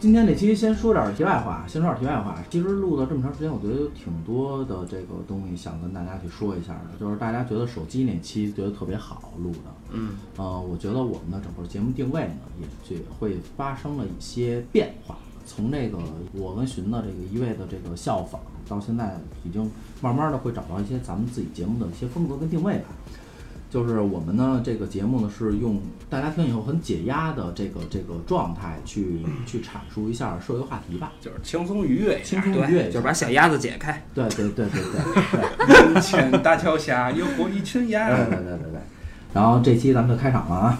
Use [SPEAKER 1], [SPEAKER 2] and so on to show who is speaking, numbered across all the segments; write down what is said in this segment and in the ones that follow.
[SPEAKER 1] 今天这期先说点儿题外话，先说点儿题外话。其实录了这么长时间，我觉得有挺多的这个东西想跟大家去说一下的，就是大家觉得手机那期觉得特别好录的，
[SPEAKER 2] 嗯，
[SPEAKER 1] 呃，我觉得我们的整个节目定位呢，也也会发生了一些变化。从这个我跟寻的这个一味的这个效仿，到现在已经慢慢的会找到一些咱们自己节目的一些风格跟定位吧。就是我们呢，这个节目呢是用大家听以后很解压的这个这个状态去去阐述一下社会话题吧。
[SPEAKER 2] 就是轻松愉悦一下，
[SPEAKER 1] 轻松愉悦一下
[SPEAKER 2] 对，就是把小鸭子解开。
[SPEAKER 1] 对对对对对对，
[SPEAKER 3] 门前大桥下，又过一群
[SPEAKER 1] 对对
[SPEAKER 3] 鸭。
[SPEAKER 1] 对对对。然后这期咱们就开场了啊！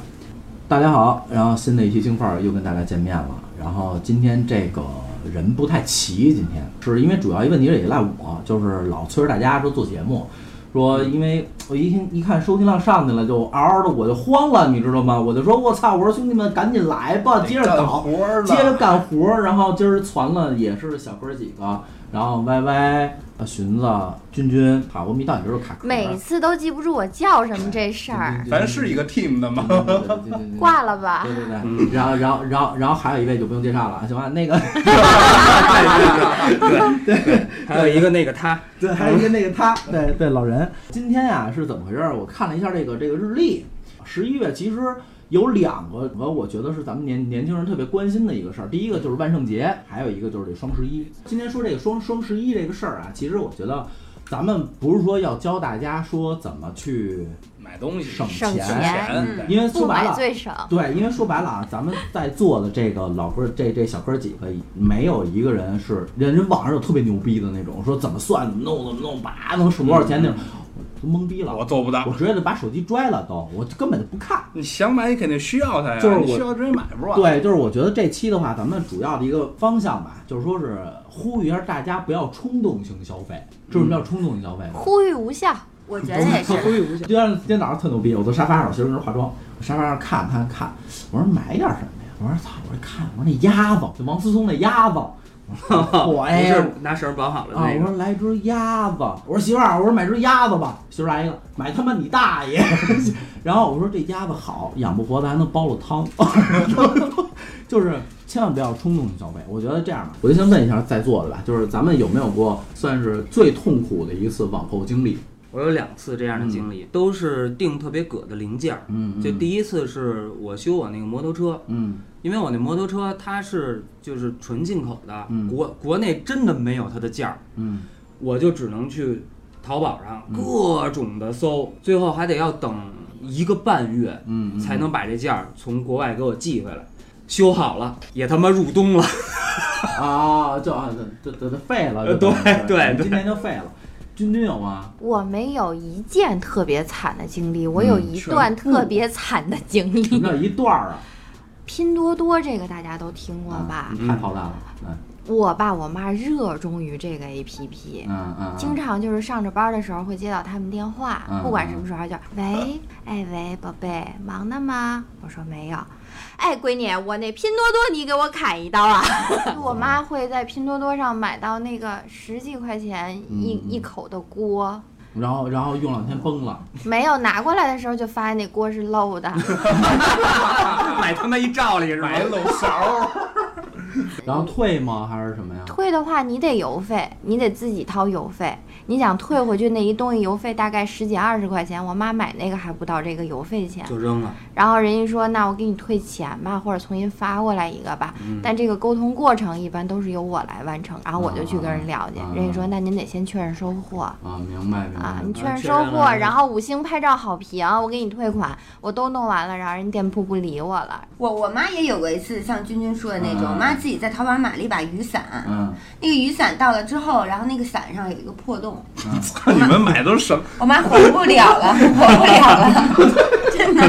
[SPEAKER 1] 大家好，然后新的一期京范儿又跟大家见面了。然后今天这个人不太齐，今天是因为主要一问题是也赖我，就是老催着大家说做节目，说因为我一听一看收听量上去了，就嗷嗷的我就慌了，你知道吗？我就说我操，我说兄弟们赶紧来吧，接着
[SPEAKER 3] 干
[SPEAKER 1] 搞，
[SPEAKER 3] 活儿
[SPEAKER 1] 接着
[SPEAKER 3] 了，
[SPEAKER 1] 干活儿，然后今儿传了也是小哥儿几个，然后歪歪、呃寻子、君君、卡国迷到你这儿卡壳儿，
[SPEAKER 4] 每次都记不住我叫什么这事儿，
[SPEAKER 3] 咱是一个 team 的吗？
[SPEAKER 1] 吗
[SPEAKER 4] 挂了吧
[SPEAKER 1] 对。对对，
[SPEAKER 2] 嗯
[SPEAKER 1] 然后然后然后然后还有一位就不用介绍了，行吧？那个
[SPEAKER 2] 还有一个那个他，
[SPEAKER 1] 对，还有一个那个他，对对老人。今天呀、是怎么回事儿？我看了一下这个这个日历，十一月其实有两个我我觉得是咱们年年轻人特别关心的一个事儿，第一个就是万圣节，还有一个就是这双十一。今天说这个双双十一这个事儿啊，其实我觉得。咱们不是说要教大家说怎么去
[SPEAKER 2] 买东西
[SPEAKER 1] 省
[SPEAKER 4] 省
[SPEAKER 1] 钱
[SPEAKER 4] 钱，
[SPEAKER 2] 对
[SPEAKER 4] 嗯，
[SPEAKER 1] 因为说
[SPEAKER 4] 不
[SPEAKER 1] 白
[SPEAKER 4] 买
[SPEAKER 1] 了啊
[SPEAKER 4] 最省。
[SPEAKER 1] 对，因为说白了啊，咱们在座的这个老哥，这这小哥几个，没有一个人是人人网上有特别牛逼的那种，说怎么算怎么弄怎么弄，叭能省多少钱那种，我都懵逼了，
[SPEAKER 3] 我做不到
[SPEAKER 1] 我。直接就把手机拽了都，我根本就不看。
[SPEAKER 3] 你想买，你肯定需要它呀。
[SPEAKER 1] 就是我
[SPEAKER 3] 你需要直接买不是吧？
[SPEAKER 1] 对，就是我觉得这期的话，咱们主要的一个方向吧，就是说是呼吁一下大家不要冲动性消费。这什么叫冲动性消费？
[SPEAKER 4] 呼吁无效，我觉得也是。
[SPEAKER 1] 就像今天早上特牛逼，我坐沙发上，我媳妇儿跟那化妆，我沙发上看看看，我说买点什么呀？我说操，我说看，我说那鸭子，就王思聪那鸭子，我说 我
[SPEAKER 2] 不
[SPEAKER 1] 哎呀
[SPEAKER 2] 是拿绳绑好了
[SPEAKER 1] 啊，
[SPEAKER 2] 那
[SPEAKER 1] 我
[SPEAKER 2] 个，
[SPEAKER 1] 说来只鸭子，我说媳妇儿，我说买只鸭子吧，媳妇儿来一个，买他妈你大爷！ 然后我说这鸭子好，养不活咱还能煲了汤， 就是千万不要冲动性消费。我觉得这样吧，我就先问一下在座的吧，就是咱们有没有过算是最痛苦的一次网购经历？
[SPEAKER 2] 我有两次这样的经历，都是订特别葛的零件儿。
[SPEAKER 1] 嗯
[SPEAKER 2] 就第一次是我修我那个摩托车，
[SPEAKER 1] 嗯
[SPEAKER 2] 因为我那摩托车它是就是纯进口的，
[SPEAKER 1] 嗯
[SPEAKER 2] 国国内真的没有它的件儿，
[SPEAKER 1] 嗯。
[SPEAKER 2] 我就只能去淘宝上
[SPEAKER 1] 嗯
[SPEAKER 2] 各种的搜，最后还得要等一个半月
[SPEAKER 1] 嗯
[SPEAKER 2] 才能把这件儿从国外给我寄回来。修好了，也他妈入冬了。
[SPEAKER 1] 啊，就啊，这这这废了，
[SPEAKER 2] 呃
[SPEAKER 1] 就等于
[SPEAKER 2] 对
[SPEAKER 1] 是
[SPEAKER 2] 对
[SPEAKER 1] 你
[SPEAKER 2] 对
[SPEAKER 1] 今年就废了。君君有吗？
[SPEAKER 4] 我没有一件特别惨的经历，我有一段
[SPEAKER 1] 全部
[SPEAKER 4] 特别惨的经
[SPEAKER 1] 什
[SPEAKER 4] 历。
[SPEAKER 1] 么叫一段儿啊？
[SPEAKER 4] 拼多多这个大家都听过吧？
[SPEAKER 1] 太操蛋了，嗯
[SPEAKER 4] 我爸我妈热衷于这个 APP。
[SPEAKER 1] 嗯嗯，
[SPEAKER 4] 经常就是上着班的时候会接到他们电话
[SPEAKER 1] 嗯，
[SPEAKER 4] 不管什么时候就喂，哎喂，宝贝，忙呢吗？我说没有。哎，闺女，我那拼多多你给我砍一刀啊！ 我妈会在拼多多上买到那个十几块钱一、
[SPEAKER 1] 嗯嗯
[SPEAKER 4] 一口的锅，
[SPEAKER 1] 然后然后用两天崩了，
[SPEAKER 4] 没有拿过来的时候就发现那锅是 漏的。
[SPEAKER 2] 买他妈一罩里是吧？
[SPEAKER 3] 买漏 勺，
[SPEAKER 1] 然后退吗？还是什么呀？
[SPEAKER 4] 退的话你得邮费，你得自己掏邮费。你想退回去那一东西邮费大概十几二十块钱，我妈买那个还不到这个邮费钱。
[SPEAKER 2] 就扔了。
[SPEAKER 4] 然后人家说，那我给你退钱吧，或者重新发过来一个吧。
[SPEAKER 2] 嗯
[SPEAKER 4] 但这个沟通过程一般都是由我来完成，然后我就去跟人聊去。
[SPEAKER 1] 啊
[SPEAKER 4] 人家说，那您得先确认收货。
[SPEAKER 1] 啊，明白明
[SPEAKER 4] 啊，
[SPEAKER 1] 白
[SPEAKER 4] 你。确认
[SPEAKER 2] 确
[SPEAKER 4] 收
[SPEAKER 2] 认
[SPEAKER 4] 货，
[SPEAKER 2] 了
[SPEAKER 4] 然后五星拍照好评，我给你退款，我都弄完了，然后人店铺不理我了。
[SPEAKER 5] 我我妈也有过一次像君君说的那种，
[SPEAKER 1] 嗯
[SPEAKER 5] 我妈自己在淘宝买了一把雨伞，
[SPEAKER 1] 嗯，
[SPEAKER 5] 那个雨伞到了之后，然后那个伞上有一个破洞，
[SPEAKER 3] 你们买都是什么？
[SPEAKER 5] 我妈活不了了，活不了 了，真的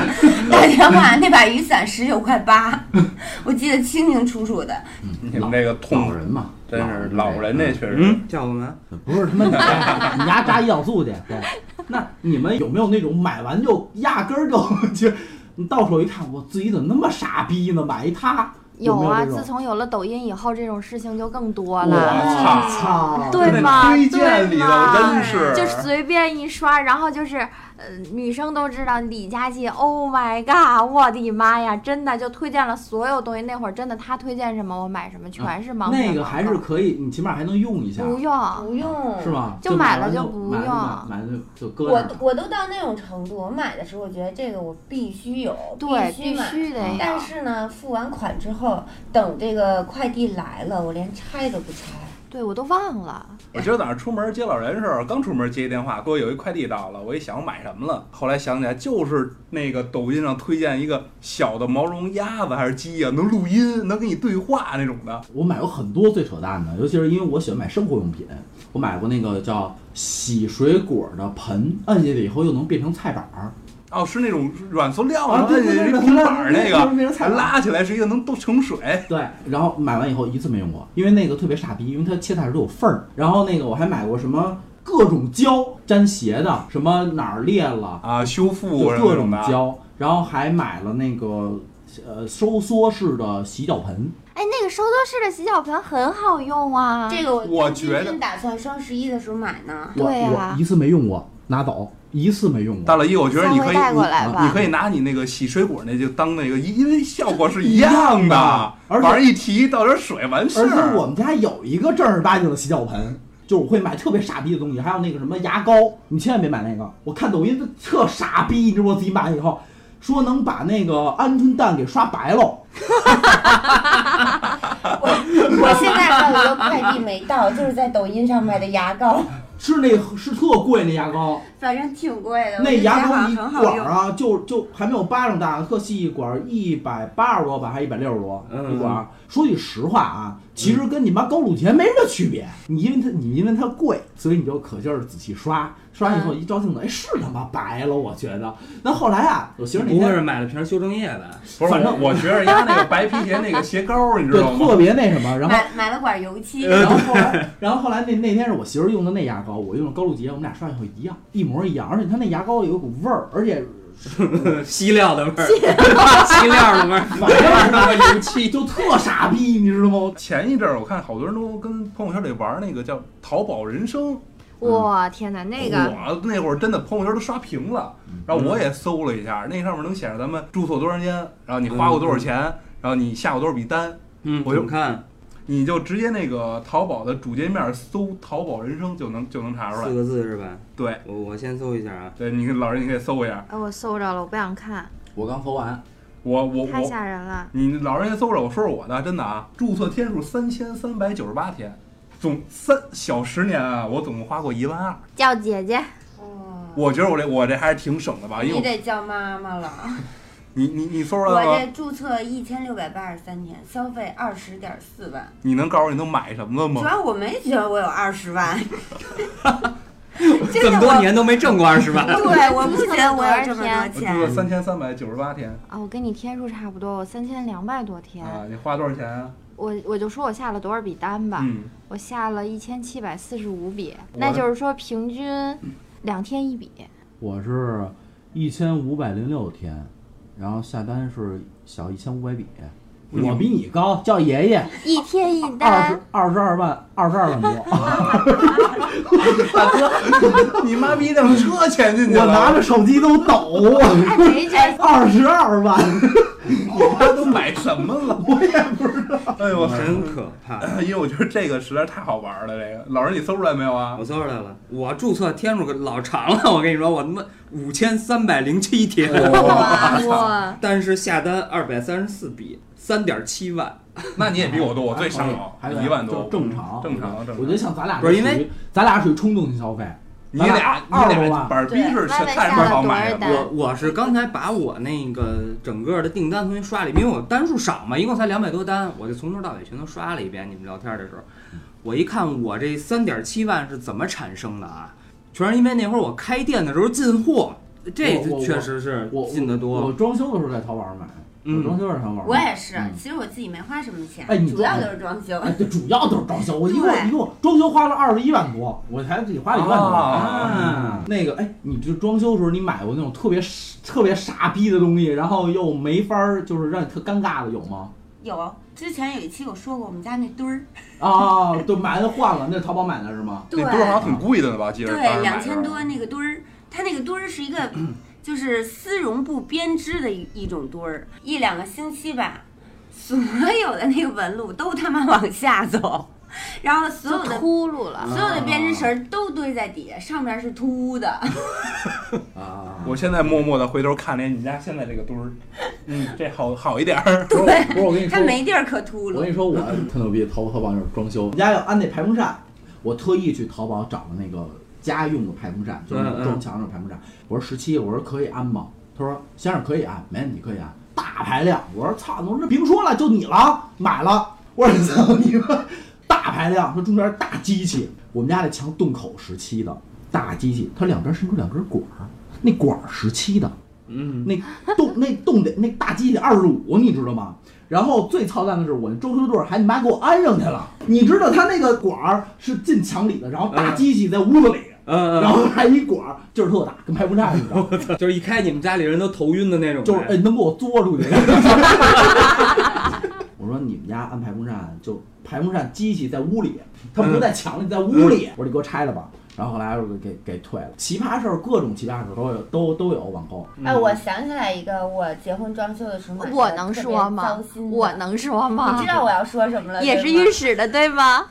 [SPEAKER 5] 打电话那把雨伞十九块八，我记得清清楚楚的，
[SPEAKER 3] 你们这个
[SPEAKER 1] 老
[SPEAKER 3] 痛，
[SPEAKER 1] 人嘛，
[SPEAKER 3] 真是老人这
[SPEAKER 1] 这
[SPEAKER 3] 确实。
[SPEAKER 2] 嗯，叫我们
[SPEAKER 1] 不是他妈你家你家扎胰岛素去。对，那你们有没有那种买完就压根儿就就你到手一看，我自己怎么那么傻逼呢？买一它有没有
[SPEAKER 4] 啊，
[SPEAKER 1] 这种
[SPEAKER 4] 自从有了抖音以后，这种事情就更多
[SPEAKER 1] 我
[SPEAKER 4] 了，
[SPEAKER 3] 操！
[SPEAKER 1] 操！
[SPEAKER 4] 对吗？
[SPEAKER 3] 推荐里
[SPEAKER 4] 对
[SPEAKER 3] 头
[SPEAKER 4] 吗？
[SPEAKER 3] 真是，
[SPEAKER 4] 就随便一刷，然后就是呃，女生都知道李佳琦，Oh my god，我的妈呀，真的就推荐了所有东西。那会儿真的，他推荐什么我买什么，全是盲
[SPEAKER 1] 嗯那
[SPEAKER 4] 选
[SPEAKER 1] 个
[SPEAKER 4] 盲
[SPEAKER 1] 还是
[SPEAKER 4] 购
[SPEAKER 1] 可以，你起码还能用一下，
[SPEAKER 4] 不用，
[SPEAKER 5] 不用
[SPEAKER 1] 是？吗？
[SPEAKER 4] 就
[SPEAKER 1] 买
[SPEAKER 4] 买了
[SPEAKER 1] 完
[SPEAKER 4] 就
[SPEAKER 1] 就
[SPEAKER 4] 不
[SPEAKER 1] 买了
[SPEAKER 4] 用
[SPEAKER 1] 就买买了就就搁那儿
[SPEAKER 5] 我我都到那种程度，我买的时候我觉得这个我必须有，
[SPEAKER 4] 对，必
[SPEAKER 5] 必须买。嗯
[SPEAKER 4] 须得有。
[SPEAKER 5] 但是呢，付完款之后，等这个快递来了，我连拆都不拆。
[SPEAKER 4] 对我都忘了，
[SPEAKER 3] 我今儿早上出门接老人的时候，刚出门接一电话，给我有一快递到了，我一想我买什么了，后来想起来就是那个抖音上推荐一个小的毛绒鸭子还是鸡呀、能录音，能跟你对话那种的。
[SPEAKER 1] 我买过很多最扯淡的，尤其是因为我喜欢买生活用品，我买过那个叫洗水果的盆，摁下去以后又能变成菜板儿，
[SPEAKER 3] 哦，是那种软塑料
[SPEAKER 1] 啊
[SPEAKER 3] 的，
[SPEAKER 1] 对对
[SPEAKER 3] 哦摁
[SPEAKER 1] 对
[SPEAKER 3] 进去
[SPEAKER 1] 对
[SPEAKER 3] 平板儿
[SPEAKER 1] 对对
[SPEAKER 3] 那
[SPEAKER 1] 对对对对
[SPEAKER 3] 个，拉起来是一个能都盛水。
[SPEAKER 1] 对，然后买完以后一次没用过，因为那个特别傻逼，因为它切菜时候有缝儿。然后那个我还买过什么各种胶粘鞋的，什么哪儿裂了，
[SPEAKER 3] 啊，修
[SPEAKER 1] 就
[SPEAKER 3] 复什么
[SPEAKER 1] 各
[SPEAKER 3] 那
[SPEAKER 1] 种
[SPEAKER 3] 的。
[SPEAKER 1] 胶，然后还买了那个呃收缩式的洗脚盆。
[SPEAKER 4] 哎，那个收缩式的洗脚盆很好用啊。
[SPEAKER 5] 这个我
[SPEAKER 3] 我
[SPEAKER 5] 今
[SPEAKER 3] 觉得
[SPEAKER 5] 天打算双十一的时候买呢。
[SPEAKER 1] 我
[SPEAKER 4] 对啊
[SPEAKER 1] 我一次没用过，拿走一次没用
[SPEAKER 3] 大
[SPEAKER 1] 过。
[SPEAKER 3] 老一，我觉得你可以，
[SPEAKER 4] 下回带过来吧
[SPEAKER 3] 你你可以拿你那个洗水果那就当那个，因因为效果是一样的，
[SPEAKER 1] 而且
[SPEAKER 3] 往上一提，倒点水完事
[SPEAKER 1] 而且我
[SPEAKER 3] 儿。
[SPEAKER 1] 们家有一个正儿八经的洗脚盆，就是我会买特别傻逼的东西，还有那个什么牙膏，你千万别买那个。我看抖音的特傻逼，你知道我自己买了以后，说能把那个鹌鹑蛋给刷白喽。
[SPEAKER 5] 我我现在还有一个快递没到，就是在抖音上买的牙膏，
[SPEAKER 1] 是那是特贵那牙膏，
[SPEAKER 5] 反正挺贵的。
[SPEAKER 1] 那
[SPEAKER 5] 我就觉得
[SPEAKER 1] 牙
[SPEAKER 5] 好
[SPEAKER 1] 膏
[SPEAKER 5] 像
[SPEAKER 1] 一管
[SPEAKER 5] 很好
[SPEAKER 1] 儿
[SPEAKER 5] 用。
[SPEAKER 1] 啊，就就还没有巴掌大，特细一管儿一百八十多吧，还一百六十多
[SPEAKER 2] 嗯
[SPEAKER 1] 一管儿。说句实话啊，其实跟你妈高露洁没什么区别。你因为它你因为它贵，所以你就可劲儿仔细刷，刷完以后
[SPEAKER 5] 嗯
[SPEAKER 1] 一照镜子，哎，是他妈白了，我觉得。那后来啊，我媳妇儿那
[SPEAKER 2] 不会是
[SPEAKER 1] 天
[SPEAKER 2] 买了瓶修正液吧？
[SPEAKER 3] 不是，
[SPEAKER 1] 反
[SPEAKER 3] 我
[SPEAKER 1] 正
[SPEAKER 3] 我觉着压那个白皮鞋那个鞋膏，你知
[SPEAKER 1] 对
[SPEAKER 3] 道吗？
[SPEAKER 1] 特别那什么， 然后呃
[SPEAKER 5] 买买了管油漆，
[SPEAKER 1] 然后后来，然后后来那那天是我媳妇儿用的那牙膏，我用的高露洁，我们俩刷以后一样，一模一样，而且它那牙膏有一股味儿，而且
[SPEAKER 2] 稀料的味儿，稀料的味儿，
[SPEAKER 1] 反正是那个油漆就特傻逼，你知道吗？
[SPEAKER 3] 前一阵儿我看好多人都跟朋友圈里玩那个叫淘宝人生，
[SPEAKER 1] 嗯
[SPEAKER 4] 我天哪，那个
[SPEAKER 3] 我那会儿真的朋友圈都刷屏了，
[SPEAKER 1] 嗯
[SPEAKER 3] 然后我也搜了一下，那上面能显示咱们注册多长时间，然后你花过
[SPEAKER 1] 嗯
[SPEAKER 3] 多少钱，然后你下过多少笔单，
[SPEAKER 2] 嗯，
[SPEAKER 3] 我就
[SPEAKER 2] 怎么看
[SPEAKER 3] 你就直接那个淘宝的主界面搜“淘宝人生”就能就能查出
[SPEAKER 2] 四
[SPEAKER 3] 来。
[SPEAKER 2] 个字是吧？
[SPEAKER 3] 对
[SPEAKER 2] 我我先搜一下啊，
[SPEAKER 3] 对，你老人你可以搜一下。
[SPEAKER 4] 哎，我搜着了，我不想看，
[SPEAKER 1] 我刚搜完，
[SPEAKER 3] 我我
[SPEAKER 4] 太
[SPEAKER 3] 我，
[SPEAKER 4] 吓人了。
[SPEAKER 3] 你老人先搜着，我说说我的，真的啊，注册天数三千三百九十八天，总三小十年啊，我总共花过一万二。
[SPEAKER 4] 叫姐姐，
[SPEAKER 5] 哇
[SPEAKER 3] 我觉得我这我这还是挺省的吧，因为
[SPEAKER 5] 哦你
[SPEAKER 3] 我
[SPEAKER 5] 得叫妈妈了。
[SPEAKER 3] 你你你搜着
[SPEAKER 5] 哎我
[SPEAKER 3] 哎了啊吗？
[SPEAKER 5] 这注册一千六百八十三天，消费二十点四万，
[SPEAKER 3] 你能告诉我你都买什么了
[SPEAKER 5] 主
[SPEAKER 3] 吗？
[SPEAKER 5] 要我没觉得我有二十万，
[SPEAKER 2] 这
[SPEAKER 5] 真
[SPEAKER 2] 么
[SPEAKER 5] 的
[SPEAKER 2] 多
[SPEAKER 5] 我。
[SPEAKER 2] 年都没挣过二十万，
[SPEAKER 5] 对，我不觉得我有这
[SPEAKER 3] 我
[SPEAKER 5] 么多
[SPEAKER 3] 注册
[SPEAKER 5] 钱。
[SPEAKER 3] 三千三百九十八天
[SPEAKER 4] 啊，我跟你天数差不多，我三千两百多天，
[SPEAKER 3] 啊，你花多少钱啊？
[SPEAKER 4] 我我就说我下了多少笔单吧，
[SPEAKER 3] 嗯，
[SPEAKER 4] 我下了一千七百四十五笔，
[SPEAKER 3] 我
[SPEAKER 4] 那就是说平均两 天一笔，
[SPEAKER 1] 我是一千五百零六天，然后下单是小一千五百笔，我比你高，叫爷爷，
[SPEAKER 4] 一天一
[SPEAKER 1] 二十
[SPEAKER 4] 单，
[SPEAKER 1] 二十二万，二十二万多，
[SPEAKER 3] 大哥，你妈逼辆车钱进去了，
[SPEAKER 1] 我拿着手机都抖，
[SPEAKER 4] 哎，没这
[SPEAKER 1] 二十二万，
[SPEAKER 3] 我妈都买什么了？我也不知道。哎呦， 我
[SPEAKER 2] 真可怕。
[SPEAKER 3] 因为我觉得这个实在是太好玩了。这个老人，你搜出来没有啊？
[SPEAKER 2] 我搜出来了，我注册天数可老长了，我跟你说，我他妈五千三百零七
[SPEAKER 3] 哎
[SPEAKER 2] 天，
[SPEAKER 4] 哇哇，
[SPEAKER 2] 但是下单二百三十四笔，三点七万，
[SPEAKER 3] 那你也比我多，我最少
[SPEAKER 1] 还有
[SPEAKER 3] 一万多
[SPEAKER 1] 就。正常，
[SPEAKER 3] 正常正常
[SPEAKER 1] 我觉得像咱俩
[SPEAKER 2] 不是因为
[SPEAKER 1] 属于咱俩属于冲动性消费，
[SPEAKER 3] 你俩你
[SPEAKER 1] 二十多
[SPEAKER 3] 俩
[SPEAKER 1] 万
[SPEAKER 3] 板逼是
[SPEAKER 4] 对
[SPEAKER 3] 看什么好买
[SPEAKER 4] 外卖下了多
[SPEAKER 3] 的
[SPEAKER 4] 少单？
[SPEAKER 2] 我我
[SPEAKER 4] 嗯
[SPEAKER 2] 是刚才把我那个整个的订单重新刷了一遍，因为我单数少嘛，一共才两百多单，我就从头到尾全都刷了一遍。你们聊天的时候，
[SPEAKER 1] 嗯
[SPEAKER 2] 我一看我这三点七万是怎么产生的啊？全是因为那会儿我开店的时候进货，这
[SPEAKER 1] 我我
[SPEAKER 2] 确实是
[SPEAKER 1] 我
[SPEAKER 2] 进的
[SPEAKER 1] 我
[SPEAKER 2] 多。
[SPEAKER 1] 装修的时候在淘宝上买，
[SPEAKER 2] 嗯
[SPEAKER 1] 我装修的时候在淘宝上买，
[SPEAKER 5] 我也是
[SPEAKER 1] 嗯，
[SPEAKER 5] 其实我自己没花什么钱
[SPEAKER 1] 哎，你
[SPEAKER 5] 主要就是装修。
[SPEAKER 1] 哎，这主要都是装修，我一共
[SPEAKER 5] 对
[SPEAKER 1] 一共装修花了二十一万多，我才自己花了一万多。哦
[SPEAKER 3] 啊
[SPEAKER 1] 那个，哎，你这装修的时候，你买过那种特别傻特别傻逼的东西，然后又没法儿，就是让你特尴尬的有吗？
[SPEAKER 5] 有，之前有一期我说过我们家那堆儿，
[SPEAKER 1] 啊，就买了换了，那是淘宝买的是吗？
[SPEAKER 3] 那
[SPEAKER 5] 对
[SPEAKER 3] 多少好像挺贵的呢吧？记着当时
[SPEAKER 5] 对，
[SPEAKER 3] 买
[SPEAKER 5] 两
[SPEAKER 3] 的时
[SPEAKER 5] 千
[SPEAKER 3] 候
[SPEAKER 5] 多那个堆儿，它那个墩儿是一 个就是丝绒布编织的一一种墩儿，一两个星期吧，所有的那个纹路都他妈往下走，然后所有
[SPEAKER 4] 就
[SPEAKER 5] 的。
[SPEAKER 4] 秃噜了。
[SPEAKER 5] 所有的编织绳儿都堆在底下，上面是凸的，
[SPEAKER 1] 啊，
[SPEAKER 3] 我现在默默的回头看那你家现在这个墩儿，嗯，这好好一点儿。
[SPEAKER 1] 不是我不是我跟你说
[SPEAKER 5] 它，没地儿可秃
[SPEAKER 1] 我
[SPEAKER 5] 噜
[SPEAKER 1] 跟。你说，我 特牛逼，淘淘宝上有装修，我们家要安那排风扇，我特意去淘宝找了那个家用的排风扇，就是那
[SPEAKER 2] 嗯
[SPEAKER 1] 种
[SPEAKER 2] 嗯
[SPEAKER 1] 撞墙上的排风扇。我说十七，我说可以安吗？他说先生可以安，没问题可以安，大排量。我说操，我说别说了，就你了，买了。我 说操你妈，大排量，说中间大机器，我们家那墙洞口十七的大机器，它两边伸出两根管儿，那管儿十七的。
[SPEAKER 2] 嗯，
[SPEAKER 1] 那洞那洞得那大机器二十五，你知道吗？然后最操蛋的是，我那装修队儿还你妈给我安上去了。你知道他那个管儿是进墙里的，然后大机器在屋子里，
[SPEAKER 2] 嗯
[SPEAKER 1] 然后还一管儿劲儿特大，跟排风扇似的，
[SPEAKER 2] 嗯，就是一开你们家里人都头晕的那种，
[SPEAKER 1] 就是哎能给我嘬出去。 我说你们家安排风扇就排风扇机器在屋里，它
[SPEAKER 2] 嗯
[SPEAKER 1] 不在墙里，在屋里。我说你给我拆了吧。然后后来我就给给退了。奇葩事儿，各种奇葩事儿都有，都都有网购。
[SPEAKER 2] 嗯
[SPEAKER 6] 哎，我想起来一个，我结婚装修的时候买的
[SPEAKER 4] 我能
[SPEAKER 6] 特别
[SPEAKER 4] 说吗
[SPEAKER 6] 糟
[SPEAKER 5] 嗯
[SPEAKER 6] 心？的
[SPEAKER 4] 我能说
[SPEAKER 6] 你
[SPEAKER 4] 吗
[SPEAKER 6] 知？道我要说什么了？
[SPEAKER 4] 也是
[SPEAKER 6] 对吗
[SPEAKER 4] 御史的对吗？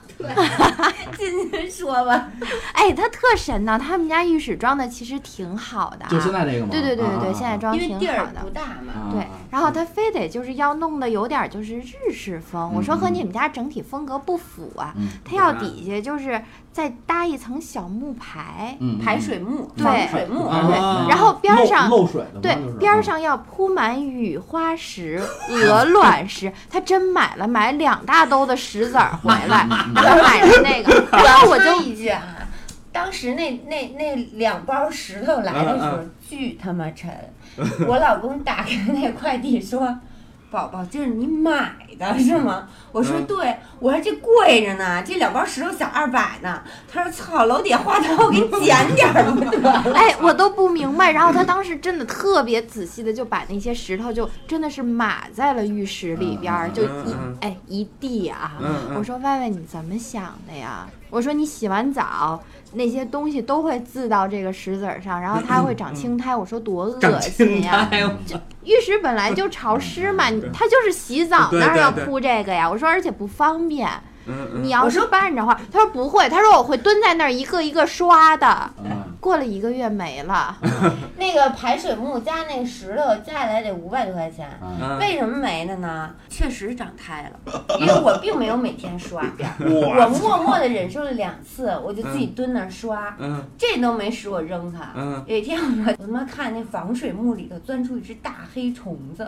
[SPEAKER 6] 今天说吧，
[SPEAKER 4] 哎，他特神呐，他们家浴室装的其实挺好的啊。
[SPEAKER 1] 就现在这个吗？
[SPEAKER 4] 对对对对
[SPEAKER 1] 啊
[SPEAKER 4] 对，
[SPEAKER 1] 啊
[SPEAKER 4] 现在
[SPEAKER 1] 啊
[SPEAKER 4] 装
[SPEAKER 5] 因为
[SPEAKER 4] 挺
[SPEAKER 5] 地
[SPEAKER 4] 好
[SPEAKER 5] 儿
[SPEAKER 4] 的
[SPEAKER 5] 不。大嘛。
[SPEAKER 1] 啊
[SPEAKER 4] 对，然后他非得就是要弄得有点儿就是日式风，我说和
[SPEAKER 1] 嗯嗯
[SPEAKER 4] 你们家整体风格不符啊，
[SPEAKER 1] 嗯
[SPEAKER 4] 他要底下就是再搭一层小木牌，
[SPEAKER 1] 嗯，
[SPEAKER 5] 排水幕，
[SPEAKER 4] 对
[SPEAKER 5] 防水幕，
[SPEAKER 1] 啊
[SPEAKER 5] 对
[SPEAKER 2] 啊
[SPEAKER 4] 然后边儿上
[SPEAKER 1] 漏漏水的嘛
[SPEAKER 4] 对
[SPEAKER 1] 就，是嗯
[SPEAKER 4] 边
[SPEAKER 2] 嗯
[SPEAKER 4] 儿上要铺满雨花石、鹅卵石。他真买了，买两大兜的石子儿回来，
[SPEAKER 2] 嗯
[SPEAKER 4] 然后买的那 个，然后我
[SPEAKER 6] 插
[SPEAKER 4] 就
[SPEAKER 6] 一句啊，当时那那那两包石头来的时候，巨他妈沉。我老公打开那快递说：“宝宝，这是你买的是吗？”我说：“
[SPEAKER 2] 嗯
[SPEAKER 6] 对。”我说：“这贵着呢，这两包石头小二百呢。”他说：“操，楼底下花坛，我给你捡点儿不得了。
[SPEAKER 4] 哎，我都不明白。然后他当时真的特别仔细的就把那些石头就真的是码在了浴室里边儿，就
[SPEAKER 2] 嗯
[SPEAKER 4] 一
[SPEAKER 2] 嗯嗯
[SPEAKER 4] 哎一地啊。
[SPEAKER 2] 嗯嗯
[SPEAKER 4] 我说外外你怎么想的呀？我说你洗完澡那些东西都会渍到这个石子儿上，然后它会长青苔。我说多
[SPEAKER 2] 长
[SPEAKER 4] 恶
[SPEAKER 2] 青
[SPEAKER 4] 心呀！
[SPEAKER 2] 苔，啊
[SPEAKER 4] 浴室本来就潮湿嘛，你它就是洗澡
[SPEAKER 2] 嗯对对
[SPEAKER 4] 那儿要
[SPEAKER 2] 对
[SPEAKER 4] 铺这个呀。我说，而且不方便。
[SPEAKER 2] 嗯
[SPEAKER 4] 你
[SPEAKER 2] 嗯，
[SPEAKER 4] 要是办的话，他说不会，他说我会蹲在那儿一个一个刷的。
[SPEAKER 1] 嗯
[SPEAKER 4] 过了一个月没了，
[SPEAKER 2] 哎
[SPEAKER 6] 那个排水幕加那个石头加起来得五百多块钱。
[SPEAKER 1] 嗯
[SPEAKER 2] 嗯
[SPEAKER 6] 为什么没了呢？确实长苔了，因为我并没有每天刷，我
[SPEAKER 3] 哇，
[SPEAKER 6] 默默的忍受了两次，我就自己蹲那儿刷，
[SPEAKER 2] 嗯
[SPEAKER 6] 这都没使我扔它。
[SPEAKER 2] 嗯，
[SPEAKER 6] 有一天我我他妈看那防水幕里头钻出一只大黑虫子，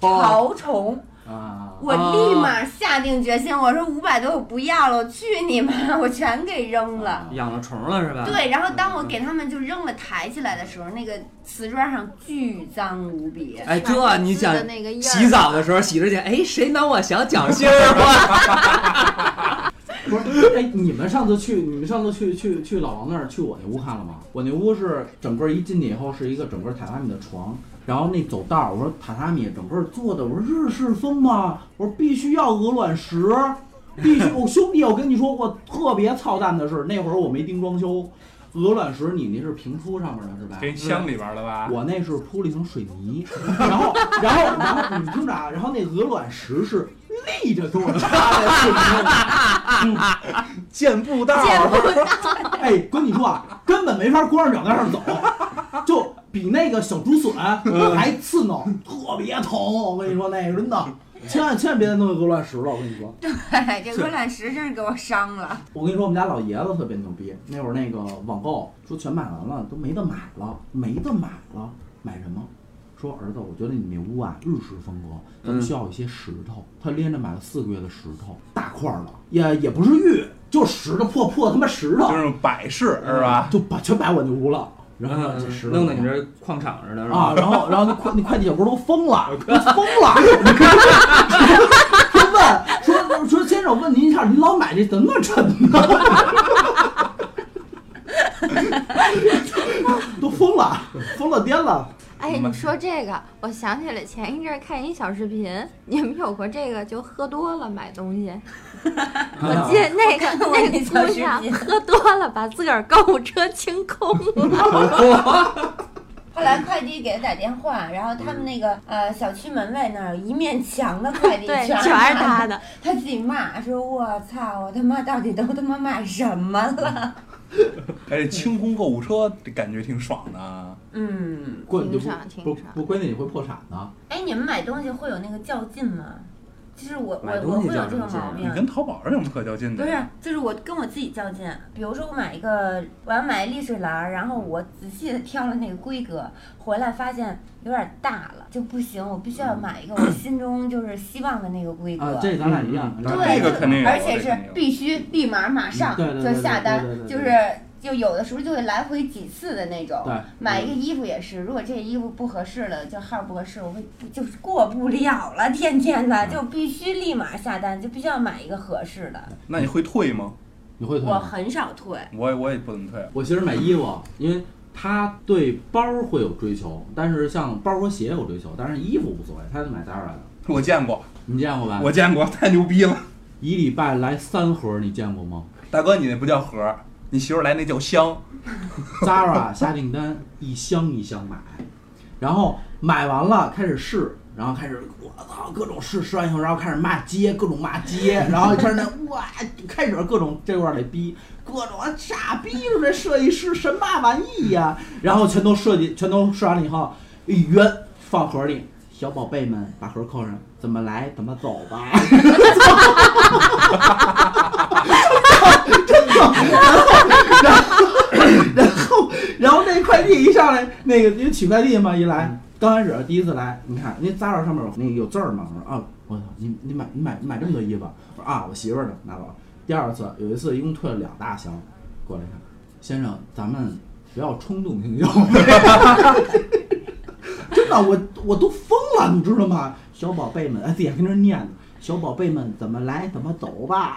[SPEAKER 2] 哦
[SPEAKER 6] 潮虫，
[SPEAKER 1] 啊，
[SPEAKER 6] 我立马下定决心，我说五百多我不要了，我去你妈，我全给扔了。
[SPEAKER 2] 养了虫了是吧？
[SPEAKER 6] 对，然后当我给他们就扔了抬起来的时候，那个瓷砖上巨脏无 比。
[SPEAKER 2] 哎，这你想
[SPEAKER 4] 撕的那个印儿
[SPEAKER 2] 洗澡的时候洗着去，哎，谁挠我 小脚心儿？啊
[SPEAKER 1] 不是，哎，你们上次去，你们上次去去去老王那儿去我那屋看了吗？我那屋是整个一进去以后是一个整个榻榻米的床，然后那走道儿，我说榻榻米整个做的，我说日式风吗？我说必须要鹅卵石。必 须，我、兄弟，我跟你说，我特别操蛋的是，那会儿我没盯装修，鹅卵石你那是平铺上面的是吧？
[SPEAKER 3] 这箱里边的吧？
[SPEAKER 1] 我那是铺了一层水泥，然后， 然后，然后你听着啊，然后那鹅卵石是立着给我插在水泥
[SPEAKER 3] 健步道，
[SPEAKER 1] 上。哎，跟你说啊，根本没法光着脚在那儿走，就比那个小竹笋还刺挠，特别疼。我跟你说，那个真的，千万千万别再弄鹅卵石了。我跟你说，
[SPEAKER 6] 哎
[SPEAKER 5] 对，这鹅卵石真是给我伤了。
[SPEAKER 1] 我跟你说，我们家老爷子特别牛逼，那会儿那个网购说全买完了，都没得买了，没得买了，买什么？说儿子，我觉得你那屋啊日式风格，咱
[SPEAKER 2] 嗯
[SPEAKER 1] 们需要一些石头。他连着买了四个月的石头，大块儿的，也也不是玉，就是石头破破他妈石头
[SPEAKER 3] 就，是摆饰是吧？
[SPEAKER 1] 就把全摆我那屋了。然后
[SPEAKER 2] 嗯
[SPEAKER 1] 这石头
[SPEAKER 2] 弄得你这矿场似的，是吧？
[SPEAKER 1] 啊， 然后然后那快那快递小哥都疯了，都疯了，说问说说先生，我问您一下，您老买这怎么那么沉呢？ 都疯了，疯了癫了。
[SPEAKER 4] 哎，
[SPEAKER 3] 买
[SPEAKER 4] 你说这个，我想起来前一阵儿看一小视频，你们有过这个就喝多了买东 西？我
[SPEAKER 2] 啊
[SPEAKER 4] 记得那 个
[SPEAKER 5] 过
[SPEAKER 4] 那
[SPEAKER 5] 那
[SPEAKER 4] 个
[SPEAKER 5] 小
[SPEAKER 4] 姑
[SPEAKER 5] 视
[SPEAKER 4] 娘
[SPEAKER 5] 频
[SPEAKER 4] 喝多了，把自个儿购物 车清 空了。
[SPEAKER 5] 后来快递给他打电话，然后他们那个呃小区门卫那儿有一面墙的快递
[SPEAKER 4] 对，
[SPEAKER 5] 全
[SPEAKER 4] 全
[SPEAKER 5] 是
[SPEAKER 4] 是
[SPEAKER 5] 他
[SPEAKER 4] 他，的。
[SPEAKER 5] 他自己骂说：“我操，我他妈到底都他妈买什么 了
[SPEAKER 3] 哎，这清空购物车这感觉挺爽的啊！”。
[SPEAKER 5] 嗯，
[SPEAKER 1] 关键
[SPEAKER 4] 挺爽
[SPEAKER 1] 就
[SPEAKER 4] 挺
[SPEAKER 1] 不不
[SPEAKER 4] 爽
[SPEAKER 1] 不关键你会破产的。
[SPEAKER 5] 哎，你们买东西会有那个较劲吗？就是我我
[SPEAKER 2] 买东
[SPEAKER 5] 我
[SPEAKER 2] 西
[SPEAKER 5] 会
[SPEAKER 2] 较
[SPEAKER 5] 有
[SPEAKER 2] 什
[SPEAKER 5] 这
[SPEAKER 2] 么
[SPEAKER 5] 个
[SPEAKER 2] 劲
[SPEAKER 5] 毛
[SPEAKER 2] 啊
[SPEAKER 3] 你
[SPEAKER 5] 病。
[SPEAKER 3] 跟淘宝上有什么可较劲
[SPEAKER 5] 不
[SPEAKER 3] 的？
[SPEAKER 5] 是，就是我跟我自己较劲。比如说，我买一个，我要买丽水蓝儿，然后我仔细的挑了那个规格，回来发现有点大了，就不行，我必须
[SPEAKER 2] 嗯
[SPEAKER 5] 要买一个我心中就是希望的那个规格。
[SPEAKER 1] 啊，这咱俩一样，
[SPEAKER 2] 嗯
[SPEAKER 1] 咱俩
[SPEAKER 5] 对，
[SPEAKER 1] 一
[SPEAKER 3] 这个
[SPEAKER 1] 样
[SPEAKER 3] 肯定有
[SPEAKER 5] 而且
[SPEAKER 3] 这
[SPEAKER 5] 是
[SPEAKER 3] 肯定有
[SPEAKER 5] 必须立马马上
[SPEAKER 1] 嗯对对对
[SPEAKER 5] 就下单
[SPEAKER 1] 对对，对
[SPEAKER 5] 就是就有的时候就会来回几次的那种。
[SPEAKER 1] 对
[SPEAKER 5] 买一个衣服也是，如果这衣服不合适了，就号不合适，我会就是过不了了，天天
[SPEAKER 1] 嗯
[SPEAKER 5] 的就必须立马下单，就必须要买一个合适的。
[SPEAKER 3] 那你会退吗？
[SPEAKER 1] 你会退
[SPEAKER 7] 我
[SPEAKER 1] 吗？
[SPEAKER 7] 很少退，
[SPEAKER 3] 我也我也不怎么退。
[SPEAKER 1] 我其实买衣服，因为他对包儿会有追求，但是像包儿和鞋有追求，但是衣服无所谓，他就买 Zara 的。
[SPEAKER 3] 我见过，
[SPEAKER 1] 你见过吧？
[SPEAKER 3] 我见过，太牛逼了！
[SPEAKER 1] 一礼拜来三盒，你见过吗
[SPEAKER 3] 大哥，你那不叫盒儿，你媳妇儿来那叫箱。
[SPEAKER 1] ？Zara 下订单一箱一箱买，然后买完了开始试，然后开始我操各种试，试完以后然后开始骂街，各种骂街，然后开始那哇开始各种这块儿得逼。各种傻逼似的设计师神嘛玩意呀、然后全都设计，全都试完了以后，一圆放盒里，小宝贝们把盒扣上，怎么来怎么走吧。 真的，然后然后然后那快递一上来，那个因为取快递嘛，一来刚开始第一次来，你看那 Zara 上面有那个有字儿嘛，我说啊，我操，你你买你买你买这么多衣服啊，我说啊，我媳妇儿的拿走了。第二次有一次一共退了两大箱，过来看，先生，咱们不要冲动性消费。 真的，我我都疯了，你知道吗？小宝贝们，哎，自己还跟那念呢。小宝贝们，怎么来怎么走吧，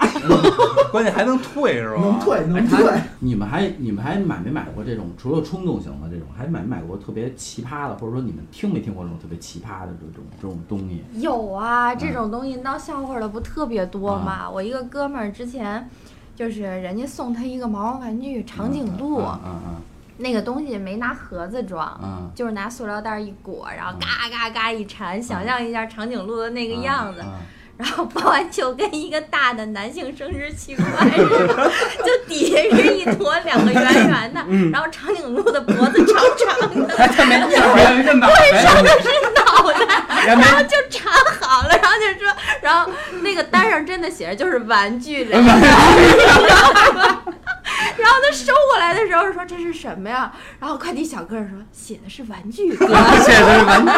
[SPEAKER 3] 关键还能退是吧？
[SPEAKER 1] 能。退能
[SPEAKER 2] 他
[SPEAKER 1] 退。哎你们还你们还买没买过这种除了冲动型的这种，还买没买过特别奇葩的，或者说你们听没听过这种特别奇葩的这种这种东西？
[SPEAKER 4] 有啊，这种东西闹笑话的不特别多嘛。我一个哥们儿之前，就是人家送他一个毛绒玩具长颈鹿，
[SPEAKER 1] 啊啊
[SPEAKER 4] 那个东西没拿盒子装
[SPEAKER 1] 啊，啊！
[SPEAKER 4] 就是拿塑料袋一裹，然后嘎嘎嘎一缠，想象一下长颈鹿的那
[SPEAKER 1] 这
[SPEAKER 4] 个样子，
[SPEAKER 1] 啊
[SPEAKER 4] 然后包完就跟一个大的男性生殖器官似的，就底下是一坨两个圆圆的，然后长颈鹿的脖子长长的，
[SPEAKER 2] 哎，他 没没这脑
[SPEAKER 4] 上
[SPEAKER 2] 袋，
[SPEAKER 4] 面是脑袋，
[SPEAKER 2] 哎人
[SPEAKER 4] 然后就缠好了，然后就说，然后那个单上真的写着就是玩具 类。然后他收过来的时候说这是什么呀？然后快递小哥说写的是玩具哥，
[SPEAKER 2] 写的是玩具，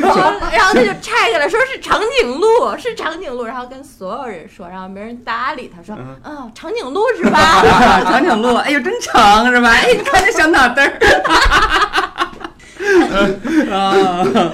[SPEAKER 4] 然后然后他就拆开了，说是长颈鹿，是长颈鹿，然后跟所有人说，然后没人搭理他，说
[SPEAKER 2] 嗯
[SPEAKER 4] 嗯，长颈鹿是吧？
[SPEAKER 2] 长颈鹿，哎呦，真长是吧？哎，你看这小脑袋儿。 啊，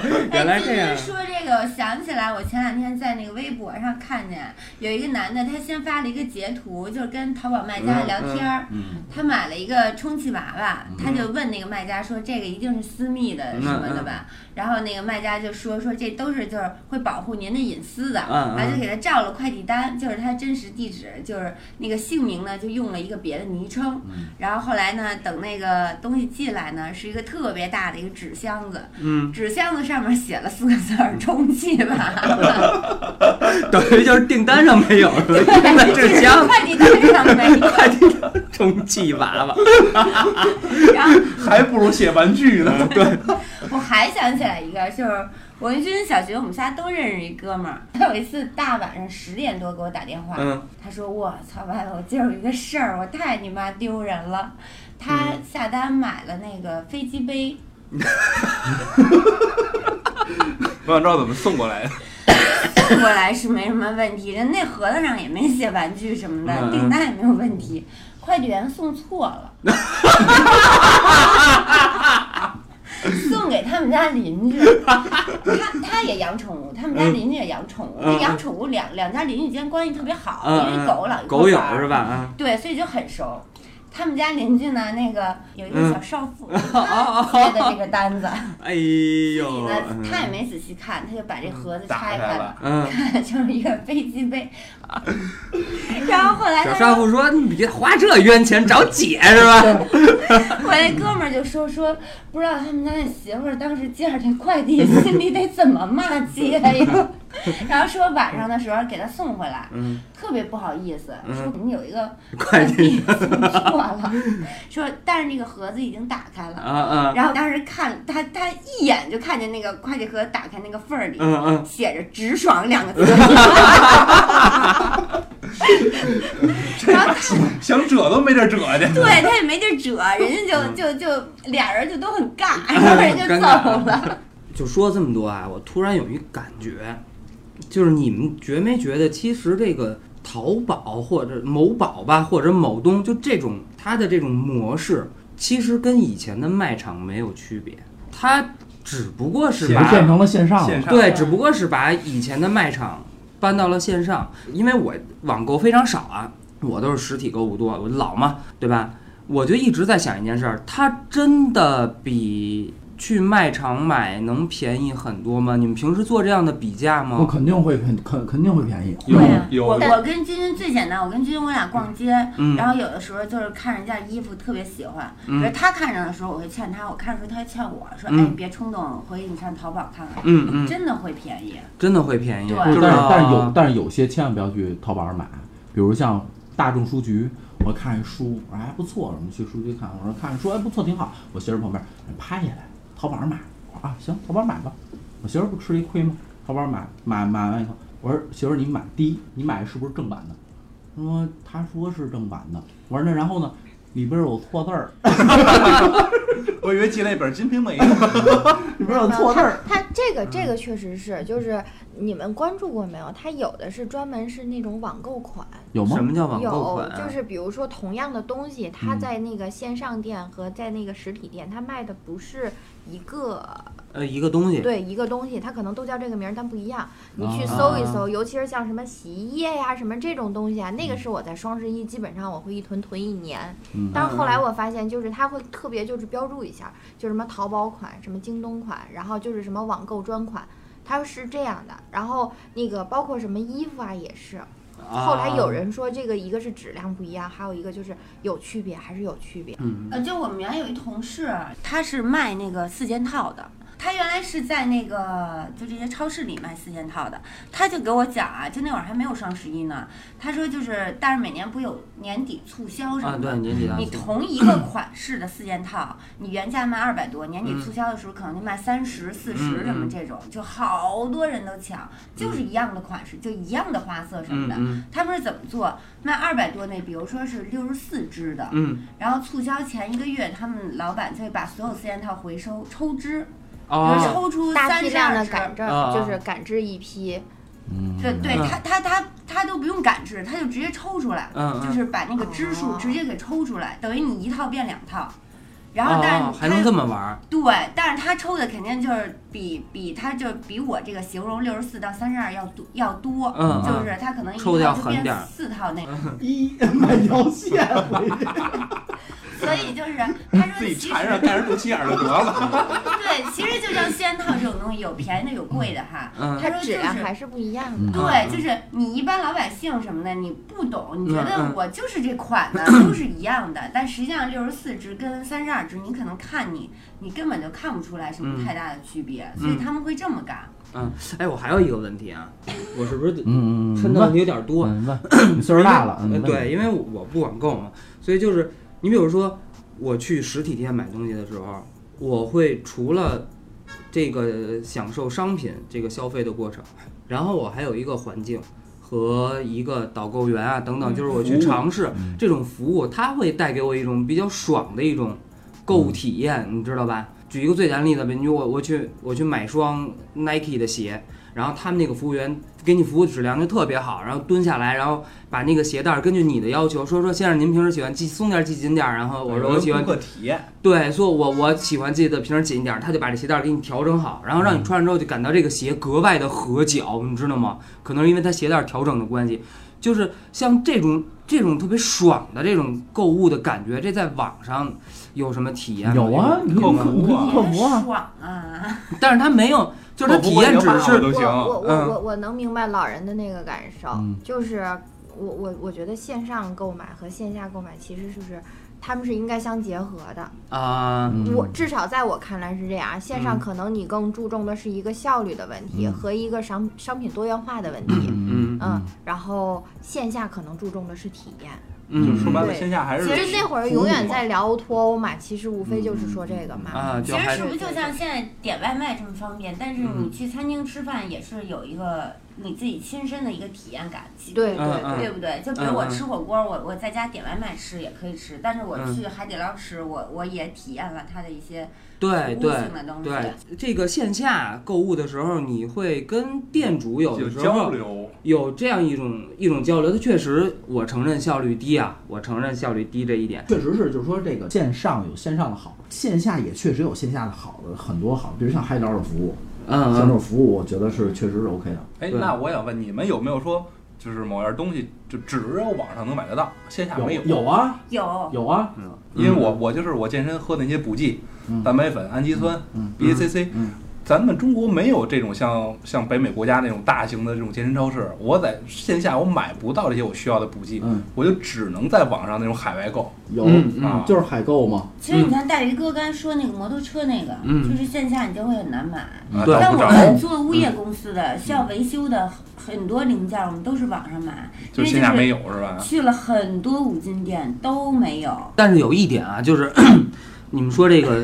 [SPEAKER 2] 原来这
[SPEAKER 5] 哎
[SPEAKER 2] 样
[SPEAKER 5] 你。说这个，我想起来，我前两天在那个微博上看见有一个男的，他先发了一个截图，就是跟淘宝卖家聊天儿。
[SPEAKER 1] 嗯
[SPEAKER 5] 他买了一个充气娃娃，
[SPEAKER 1] 嗯
[SPEAKER 5] 他就问那个卖家说：“这个一定是私密的
[SPEAKER 2] 嗯
[SPEAKER 5] 什么的吧？”然后那个卖家就说：“说这都是就是会保护您的隐私的。”
[SPEAKER 2] 嗯嗯
[SPEAKER 5] 然后就给他照了快递单，就是他真实地址，就是那个姓名呢，就用了一个别的昵称。
[SPEAKER 1] 嗯
[SPEAKER 5] 然后后来呢，等那个东西寄来呢，是一个特别大的一个纸箱子，
[SPEAKER 2] 嗯，
[SPEAKER 5] 纸箱子上面写了四个字儿“充气
[SPEAKER 2] 啊
[SPEAKER 5] 娃
[SPEAKER 2] 等于就是订单上没有了，”，那
[SPEAKER 5] 这
[SPEAKER 2] 这
[SPEAKER 5] 是
[SPEAKER 2] 箱
[SPEAKER 5] 快递单上没有。
[SPEAKER 2] 快递的充气娃娃。
[SPEAKER 5] 然后
[SPEAKER 3] 还不如写玩具呢。
[SPEAKER 5] 我还想起来一个，就是我跟君君小学我们仨都认识一哥们儿，他有一次大晚上十点多给我打电话，
[SPEAKER 2] 嗯
[SPEAKER 5] 他说我操完了，我今儿有一个事儿，我太你妈丢人了。他下单买了那个飞机杯，
[SPEAKER 3] 我想知道怎么送过来的。
[SPEAKER 5] 送过来是没什么问题，人那盒子上也没写玩具什么
[SPEAKER 2] 嗯
[SPEAKER 5] 的，
[SPEAKER 2] 嗯
[SPEAKER 5] 订单也没有问题，快递员送错 了。送给他们家邻居，他他也养宠物，他们家邻居也养宠物。
[SPEAKER 2] 嗯嗯
[SPEAKER 5] 这养宠物两两家邻居间关系特别好，
[SPEAKER 2] 嗯
[SPEAKER 5] 因为
[SPEAKER 2] 嗯
[SPEAKER 5] 狗老一块
[SPEAKER 2] 狗
[SPEAKER 5] 儿
[SPEAKER 2] 友
[SPEAKER 5] 玩儿
[SPEAKER 2] 是吧？啊，
[SPEAKER 5] 对，所以就很熟。
[SPEAKER 6] 他们家邻居呢，那个有一
[SPEAKER 2] 嗯
[SPEAKER 6] 个小少 妇，
[SPEAKER 2] 啊啊！
[SPEAKER 6] 接的这个单子，
[SPEAKER 2] 哎
[SPEAKER 6] 自
[SPEAKER 2] 呦
[SPEAKER 6] 己，呢他也没仔细看，他就把这盒子
[SPEAKER 3] 打
[SPEAKER 6] 拆
[SPEAKER 3] 开
[SPEAKER 6] 开
[SPEAKER 3] 了
[SPEAKER 6] 了，
[SPEAKER 2] 嗯，
[SPEAKER 6] 就是一个飞机杯。啊然后后来
[SPEAKER 2] 小
[SPEAKER 6] 他
[SPEAKER 2] 少
[SPEAKER 6] 说，
[SPEAKER 2] 妇说：“你别花这冤钱找姐是吧
[SPEAKER 6] 我那哥们儿就说说，不知道他们家那媳妇儿当时接着这快 递，心里得怎么骂街呀？ 然后说晚上的时候给他送回来，
[SPEAKER 2] 嗯
[SPEAKER 6] 特别不好意思，
[SPEAKER 2] 嗯
[SPEAKER 6] 说我们有一个？”
[SPEAKER 2] 快
[SPEAKER 6] 递
[SPEAKER 2] 点
[SPEAKER 6] 送错了， 说但是那个盒子已经打开
[SPEAKER 2] 啊
[SPEAKER 6] 了。
[SPEAKER 2] 啊，
[SPEAKER 6] 然后当时看他，他一眼就看见那个快递盒打开那个缝儿里
[SPEAKER 2] 嗯嗯，
[SPEAKER 6] 写着“直爽”两个字，然后他
[SPEAKER 3] 想折都没地儿折去。
[SPEAKER 6] 对他也没地儿折，人家
[SPEAKER 5] 嗯
[SPEAKER 6] 就就就俩人就都很尬，然后人就
[SPEAKER 2] 尴
[SPEAKER 6] 走
[SPEAKER 2] 尬
[SPEAKER 6] 了。
[SPEAKER 2] 就说这么多啊，我突然有一感觉，就是你们觉没觉得，其实这个淘宝或者某宝吧，或者某东，就这种它的这种模式，其实跟以前的卖场没有区别，它只不过是
[SPEAKER 1] 也
[SPEAKER 2] 把
[SPEAKER 1] 就变成了线上了。
[SPEAKER 3] 线上
[SPEAKER 2] 对，只不过是把以前的卖场搬到了线上，因为我网购非常少啊，我都是实体购物多，我老嘛，对吧？我就一直在想一件事儿，它真的比去卖场买能便宜很多吗？你们平时做这样的比价
[SPEAKER 1] 我
[SPEAKER 2] 吗？
[SPEAKER 1] 肯定会肯肯肯定会便宜。
[SPEAKER 3] 有
[SPEAKER 6] 对啊
[SPEAKER 3] 有
[SPEAKER 5] 我
[SPEAKER 3] 有
[SPEAKER 5] 我跟君君最简单，我跟君君我俩逛街，
[SPEAKER 2] 嗯
[SPEAKER 5] 然后有的时候就是看人家衣服特别喜欢，
[SPEAKER 2] 嗯
[SPEAKER 5] 比如他看上的时候，我会劝他；我看上的时候，他会劝我说：“
[SPEAKER 2] 嗯
[SPEAKER 5] 哎，你别冲动，回去你上淘宝看看，
[SPEAKER 2] 嗯嗯，
[SPEAKER 5] 真的会便宜。
[SPEAKER 2] 真的会便宜，
[SPEAKER 5] 对
[SPEAKER 1] 不，
[SPEAKER 2] 就是是
[SPEAKER 1] 但是但是有
[SPEAKER 2] 啊
[SPEAKER 1] 但是有些千万不要去淘宝上买，比如像大众书局，我看一书，我说还不错，我们去书局看，我说看书哎不错，挺好，我媳妇旁边哎拍下来，淘宝上买，我说啊行，淘宝买吧，我媳妇不吃了一亏吗？淘宝买买买完以后，我说媳妇你买第一，你买是不是正版的？她说她说是正版的，我说那然后呢？里边有错字儿，
[SPEAKER 3] 我以为寄了一本《金瓶梅》
[SPEAKER 1] 里边有错字儿，
[SPEAKER 4] 它这个这个确实是，就是你们关注过没有？它有的是专门是那种网购款，
[SPEAKER 1] 有吗
[SPEAKER 2] 什？么叫网购
[SPEAKER 4] 有
[SPEAKER 2] 款啊？
[SPEAKER 4] 就是比如说同样的东西，它
[SPEAKER 1] 嗯
[SPEAKER 4] 在那个线上店和在那个实体店，它卖的不是一个
[SPEAKER 2] 呃，一个东西，
[SPEAKER 4] 对一个东西，它可能都叫这个名儿，但不一样。你
[SPEAKER 2] 哦
[SPEAKER 4] 去搜一搜，尤其是像什么洗衣液呀、什么这种东西啊，
[SPEAKER 2] 嗯
[SPEAKER 4] 那个是我在双十一基本上我会一囤囤一年。
[SPEAKER 1] 嗯
[SPEAKER 4] 但是后来我发现，就是它会特别就是标注一下，就是什么淘宝款、什么京东款，然后就是什么网购专款。它是这样的，然后那个包括什么衣服啊也是。
[SPEAKER 2] 啊
[SPEAKER 4] 后来有，人说这个一个是质量不一样，还有一个就是有区别，还是有区别。
[SPEAKER 2] 嗯，
[SPEAKER 5] 呃，就我们原来有一同事，他是卖那个四件套的。他原来是在那个就这些超市里卖四件套的，他就给我讲啊，就那会儿还没有双十一呢，他说就是，但是每年不有年底促销什
[SPEAKER 2] 啊，
[SPEAKER 5] 么的，
[SPEAKER 2] 对，年底大
[SPEAKER 5] 你
[SPEAKER 2] 促
[SPEAKER 5] 同一个款式的四件套，你原价卖二百多，年底促销的时候可能就卖三十、四
[SPEAKER 2] 嗯
[SPEAKER 5] 十什么这种，就好多人都抢，就是一样的款式，就一样的花色什么
[SPEAKER 2] 嗯
[SPEAKER 5] 的。
[SPEAKER 2] 嗯
[SPEAKER 5] 他们是怎么做？卖二百多那，比如说是六十四支的，
[SPEAKER 2] 嗯，
[SPEAKER 5] 然后促销前一个月，他们老板就会把所有四件套回收抽支，比如
[SPEAKER 2] 哦，
[SPEAKER 5] 抽出
[SPEAKER 4] 大
[SPEAKER 5] 三
[SPEAKER 4] 批
[SPEAKER 5] 十
[SPEAKER 4] 量
[SPEAKER 5] 二
[SPEAKER 4] 的
[SPEAKER 5] 支。
[SPEAKER 4] 赶制
[SPEAKER 2] 啊，
[SPEAKER 4] 就是赶制一批，
[SPEAKER 1] 嗯，
[SPEAKER 5] 对对，
[SPEAKER 2] 嗯
[SPEAKER 5] 他他他他都不用赶制，他就直接抽出来。
[SPEAKER 2] 嗯嗯，
[SPEAKER 5] 就是把那个支数
[SPEAKER 4] 哦
[SPEAKER 5] 直接给抽出来，等于你一套变两套。然
[SPEAKER 2] 哦
[SPEAKER 5] 后，但是
[SPEAKER 2] 还
[SPEAKER 5] 他
[SPEAKER 2] 能这么玩儿，
[SPEAKER 5] 对，但是他抽的肯定就是比比他就是比我这个形容六十四到三十二要多要多，
[SPEAKER 2] 嗯，
[SPEAKER 5] 就
[SPEAKER 2] 嗯
[SPEAKER 5] 是他可能一
[SPEAKER 2] 抽的要
[SPEAKER 5] 套就
[SPEAKER 2] 狠点
[SPEAKER 5] 变
[SPEAKER 2] 儿嗯
[SPEAKER 5] 四套那个，
[SPEAKER 1] 一买条线回去。
[SPEAKER 5] 所以就是他 说
[SPEAKER 3] 自己
[SPEAKER 5] 其实
[SPEAKER 3] 缠上，盖上肚脐眼儿就得了。
[SPEAKER 5] 对，其实就像仙套这种东西，有便宜的有贵的哈。
[SPEAKER 2] 嗯
[SPEAKER 5] 他
[SPEAKER 4] 它
[SPEAKER 5] 说就
[SPEAKER 4] 质量还
[SPEAKER 5] 是。
[SPEAKER 4] 是不一样
[SPEAKER 1] 嗯
[SPEAKER 4] 的。
[SPEAKER 5] 对，就是你一般老百姓什么的，你不懂，你觉
[SPEAKER 2] 嗯
[SPEAKER 5] 得
[SPEAKER 2] 嗯
[SPEAKER 5] 我就是这款 的，都是一样的。但实际上六十四支跟三十二支，你可能看你，你根本就看不出来什
[SPEAKER 2] 嗯
[SPEAKER 5] 么太大的区别，所以他们会这么干。
[SPEAKER 2] 哎，我还有一个问题啊，我是不是
[SPEAKER 1] 嗯嗯，
[SPEAKER 2] 抻的问题有点多？
[SPEAKER 1] 问 问，你岁数大了，
[SPEAKER 2] 因为
[SPEAKER 1] 嗯，
[SPEAKER 2] 呃对，因为我不网购嘛，所以就是你比如说我去实体店买东西的时候，我会除了这个享受商品这个消费的过程，然后我还有一个环境。和一个导购员啊等等，就是我去
[SPEAKER 3] 服务
[SPEAKER 2] 尝试
[SPEAKER 1] 嗯
[SPEAKER 2] 这种服务，它会带给我一种比较爽的一种购
[SPEAKER 1] 嗯
[SPEAKER 2] 物体验，你知道吧？举一个最简单的例子吧，你说我我去我去买双 Nike 的鞋，然后他们那个服务员给你服务质量就特别好，然后蹲下来，然后把那个鞋带儿根据你的要求说说先生您平时喜欢系松点儿系紧点儿，然后我说我喜欢
[SPEAKER 3] 顾客体验，
[SPEAKER 2] 对，说我我喜欢系的平时紧一点儿，他就把这鞋带儿给你调整好，然后让你穿上之后就感到这个鞋格外的合脚，你知道吗？可能是因为它鞋带儿调整的关系，就是像这种这种特别爽的这种购物的感觉，这在网上有什么体验吗？
[SPEAKER 1] 有啊，你
[SPEAKER 3] 客
[SPEAKER 1] 可
[SPEAKER 3] 服
[SPEAKER 1] 你可
[SPEAKER 5] 也
[SPEAKER 1] 不啊，
[SPEAKER 5] 爽啊！
[SPEAKER 2] 但是他没有，就是他体验只
[SPEAKER 3] 我
[SPEAKER 2] 是
[SPEAKER 3] 都行。
[SPEAKER 4] 我我我
[SPEAKER 2] 嗯
[SPEAKER 4] 我我能明白老人的那个感受，
[SPEAKER 1] 嗯
[SPEAKER 4] 就是我我我觉得线上购买和线下购买其实就是他们是应该相结合的。
[SPEAKER 2] 啊，
[SPEAKER 1] 嗯
[SPEAKER 4] 我至少在我看来是这样，线上
[SPEAKER 2] 嗯
[SPEAKER 4] 可能你更注重的是一个效率的问题
[SPEAKER 1] 嗯
[SPEAKER 4] 和一个商商品多元化的问题，
[SPEAKER 2] 嗯
[SPEAKER 4] 嗯，然后线下可能注重的是体验。
[SPEAKER 3] 就
[SPEAKER 2] 嗯，
[SPEAKER 3] 说白了，
[SPEAKER 4] 对
[SPEAKER 3] 线下还是
[SPEAKER 4] 其实那会儿
[SPEAKER 3] 服务
[SPEAKER 4] 永远
[SPEAKER 3] 嘛
[SPEAKER 4] 在聊脱欧嘛，其实无非就是说这个嘛。
[SPEAKER 2] 啊，
[SPEAKER 5] 其
[SPEAKER 2] 就
[SPEAKER 5] 实
[SPEAKER 2] 还
[SPEAKER 5] 是不是就像现在点外卖这么方便？但是
[SPEAKER 2] 嗯
[SPEAKER 5] 你去餐厅吃饭也是有一个你自己亲身的一个体验感。其实
[SPEAKER 4] 对
[SPEAKER 2] 嗯
[SPEAKER 4] 对
[SPEAKER 2] 嗯
[SPEAKER 5] 对不对？就比如我吃火锅，我我在家点外卖吃也可以吃，但是我
[SPEAKER 2] 嗯
[SPEAKER 5] 去海底捞吃，我我也体验了它的一些
[SPEAKER 2] 对
[SPEAKER 5] 服务
[SPEAKER 2] 对
[SPEAKER 5] 性的东西。
[SPEAKER 2] 对，这个线下购物的时候，你会跟店主有
[SPEAKER 3] 有
[SPEAKER 2] 的时
[SPEAKER 3] 交
[SPEAKER 2] 候
[SPEAKER 3] 流，
[SPEAKER 2] 有这样一种一种交流，它确实，我承认效率低啊，我承认效率低这一点。
[SPEAKER 1] 确实是，就是说这个线上有线上的好，线下也确实有线下的好的很多好，比如像海底捞的服务，
[SPEAKER 2] 嗯，
[SPEAKER 1] 像这
[SPEAKER 2] 嗯
[SPEAKER 1] 种服务，我觉得是确实是 OK 的。
[SPEAKER 3] 哎，
[SPEAKER 2] 对
[SPEAKER 3] 那我想问你们有没有说，就是某样东西就只有网上能买得到，线下没
[SPEAKER 1] 有啊
[SPEAKER 2] 嗯
[SPEAKER 5] 有
[SPEAKER 1] 有啊，
[SPEAKER 3] 因为我我就是我健身喝那些补剂
[SPEAKER 1] 嗯，
[SPEAKER 3] 蛋白粉、氨基酸
[SPEAKER 1] 嗯、
[SPEAKER 3] BCC，
[SPEAKER 1] 嗯
[SPEAKER 3] 咱们中国没有这种像像北美国家那种大型的这种健身超市，我在线下我买不到这些我需要的补剂，
[SPEAKER 1] 嗯
[SPEAKER 3] 我就只能在网上那种海外购。
[SPEAKER 1] 有，
[SPEAKER 2] 嗯
[SPEAKER 3] 啊
[SPEAKER 2] 嗯
[SPEAKER 1] 就是海购嘛，
[SPEAKER 5] 其实你看大驴哥刚才说那个摩托车那个，
[SPEAKER 2] 嗯
[SPEAKER 5] 就是线下你就会很难买。
[SPEAKER 3] 啊
[SPEAKER 2] 对
[SPEAKER 3] 找
[SPEAKER 5] 但
[SPEAKER 3] 不
[SPEAKER 5] 我
[SPEAKER 3] 着，
[SPEAKER 5] 们做物业公司
[SPEAKER 2] 嗯
[SPEAKER 5] 的，需要维修的很多零件，我们都是网上买，因
[SPEAKER 3] 就
[SPEAKER 5] 为
[SPEAKER 3] 线
[SPEAKER 5] 就
[SPEAKER 3] 下没
[SPEAKER 5] 是
[SPEAKER 3] 有是
[SPEAKER 2] 嗯
[SPEAKER 3] 吧？
[SPEAKER 5] 去了很多五金店都没有。
[SPEAKER 2] 但是有一点啊，就是 你们说这个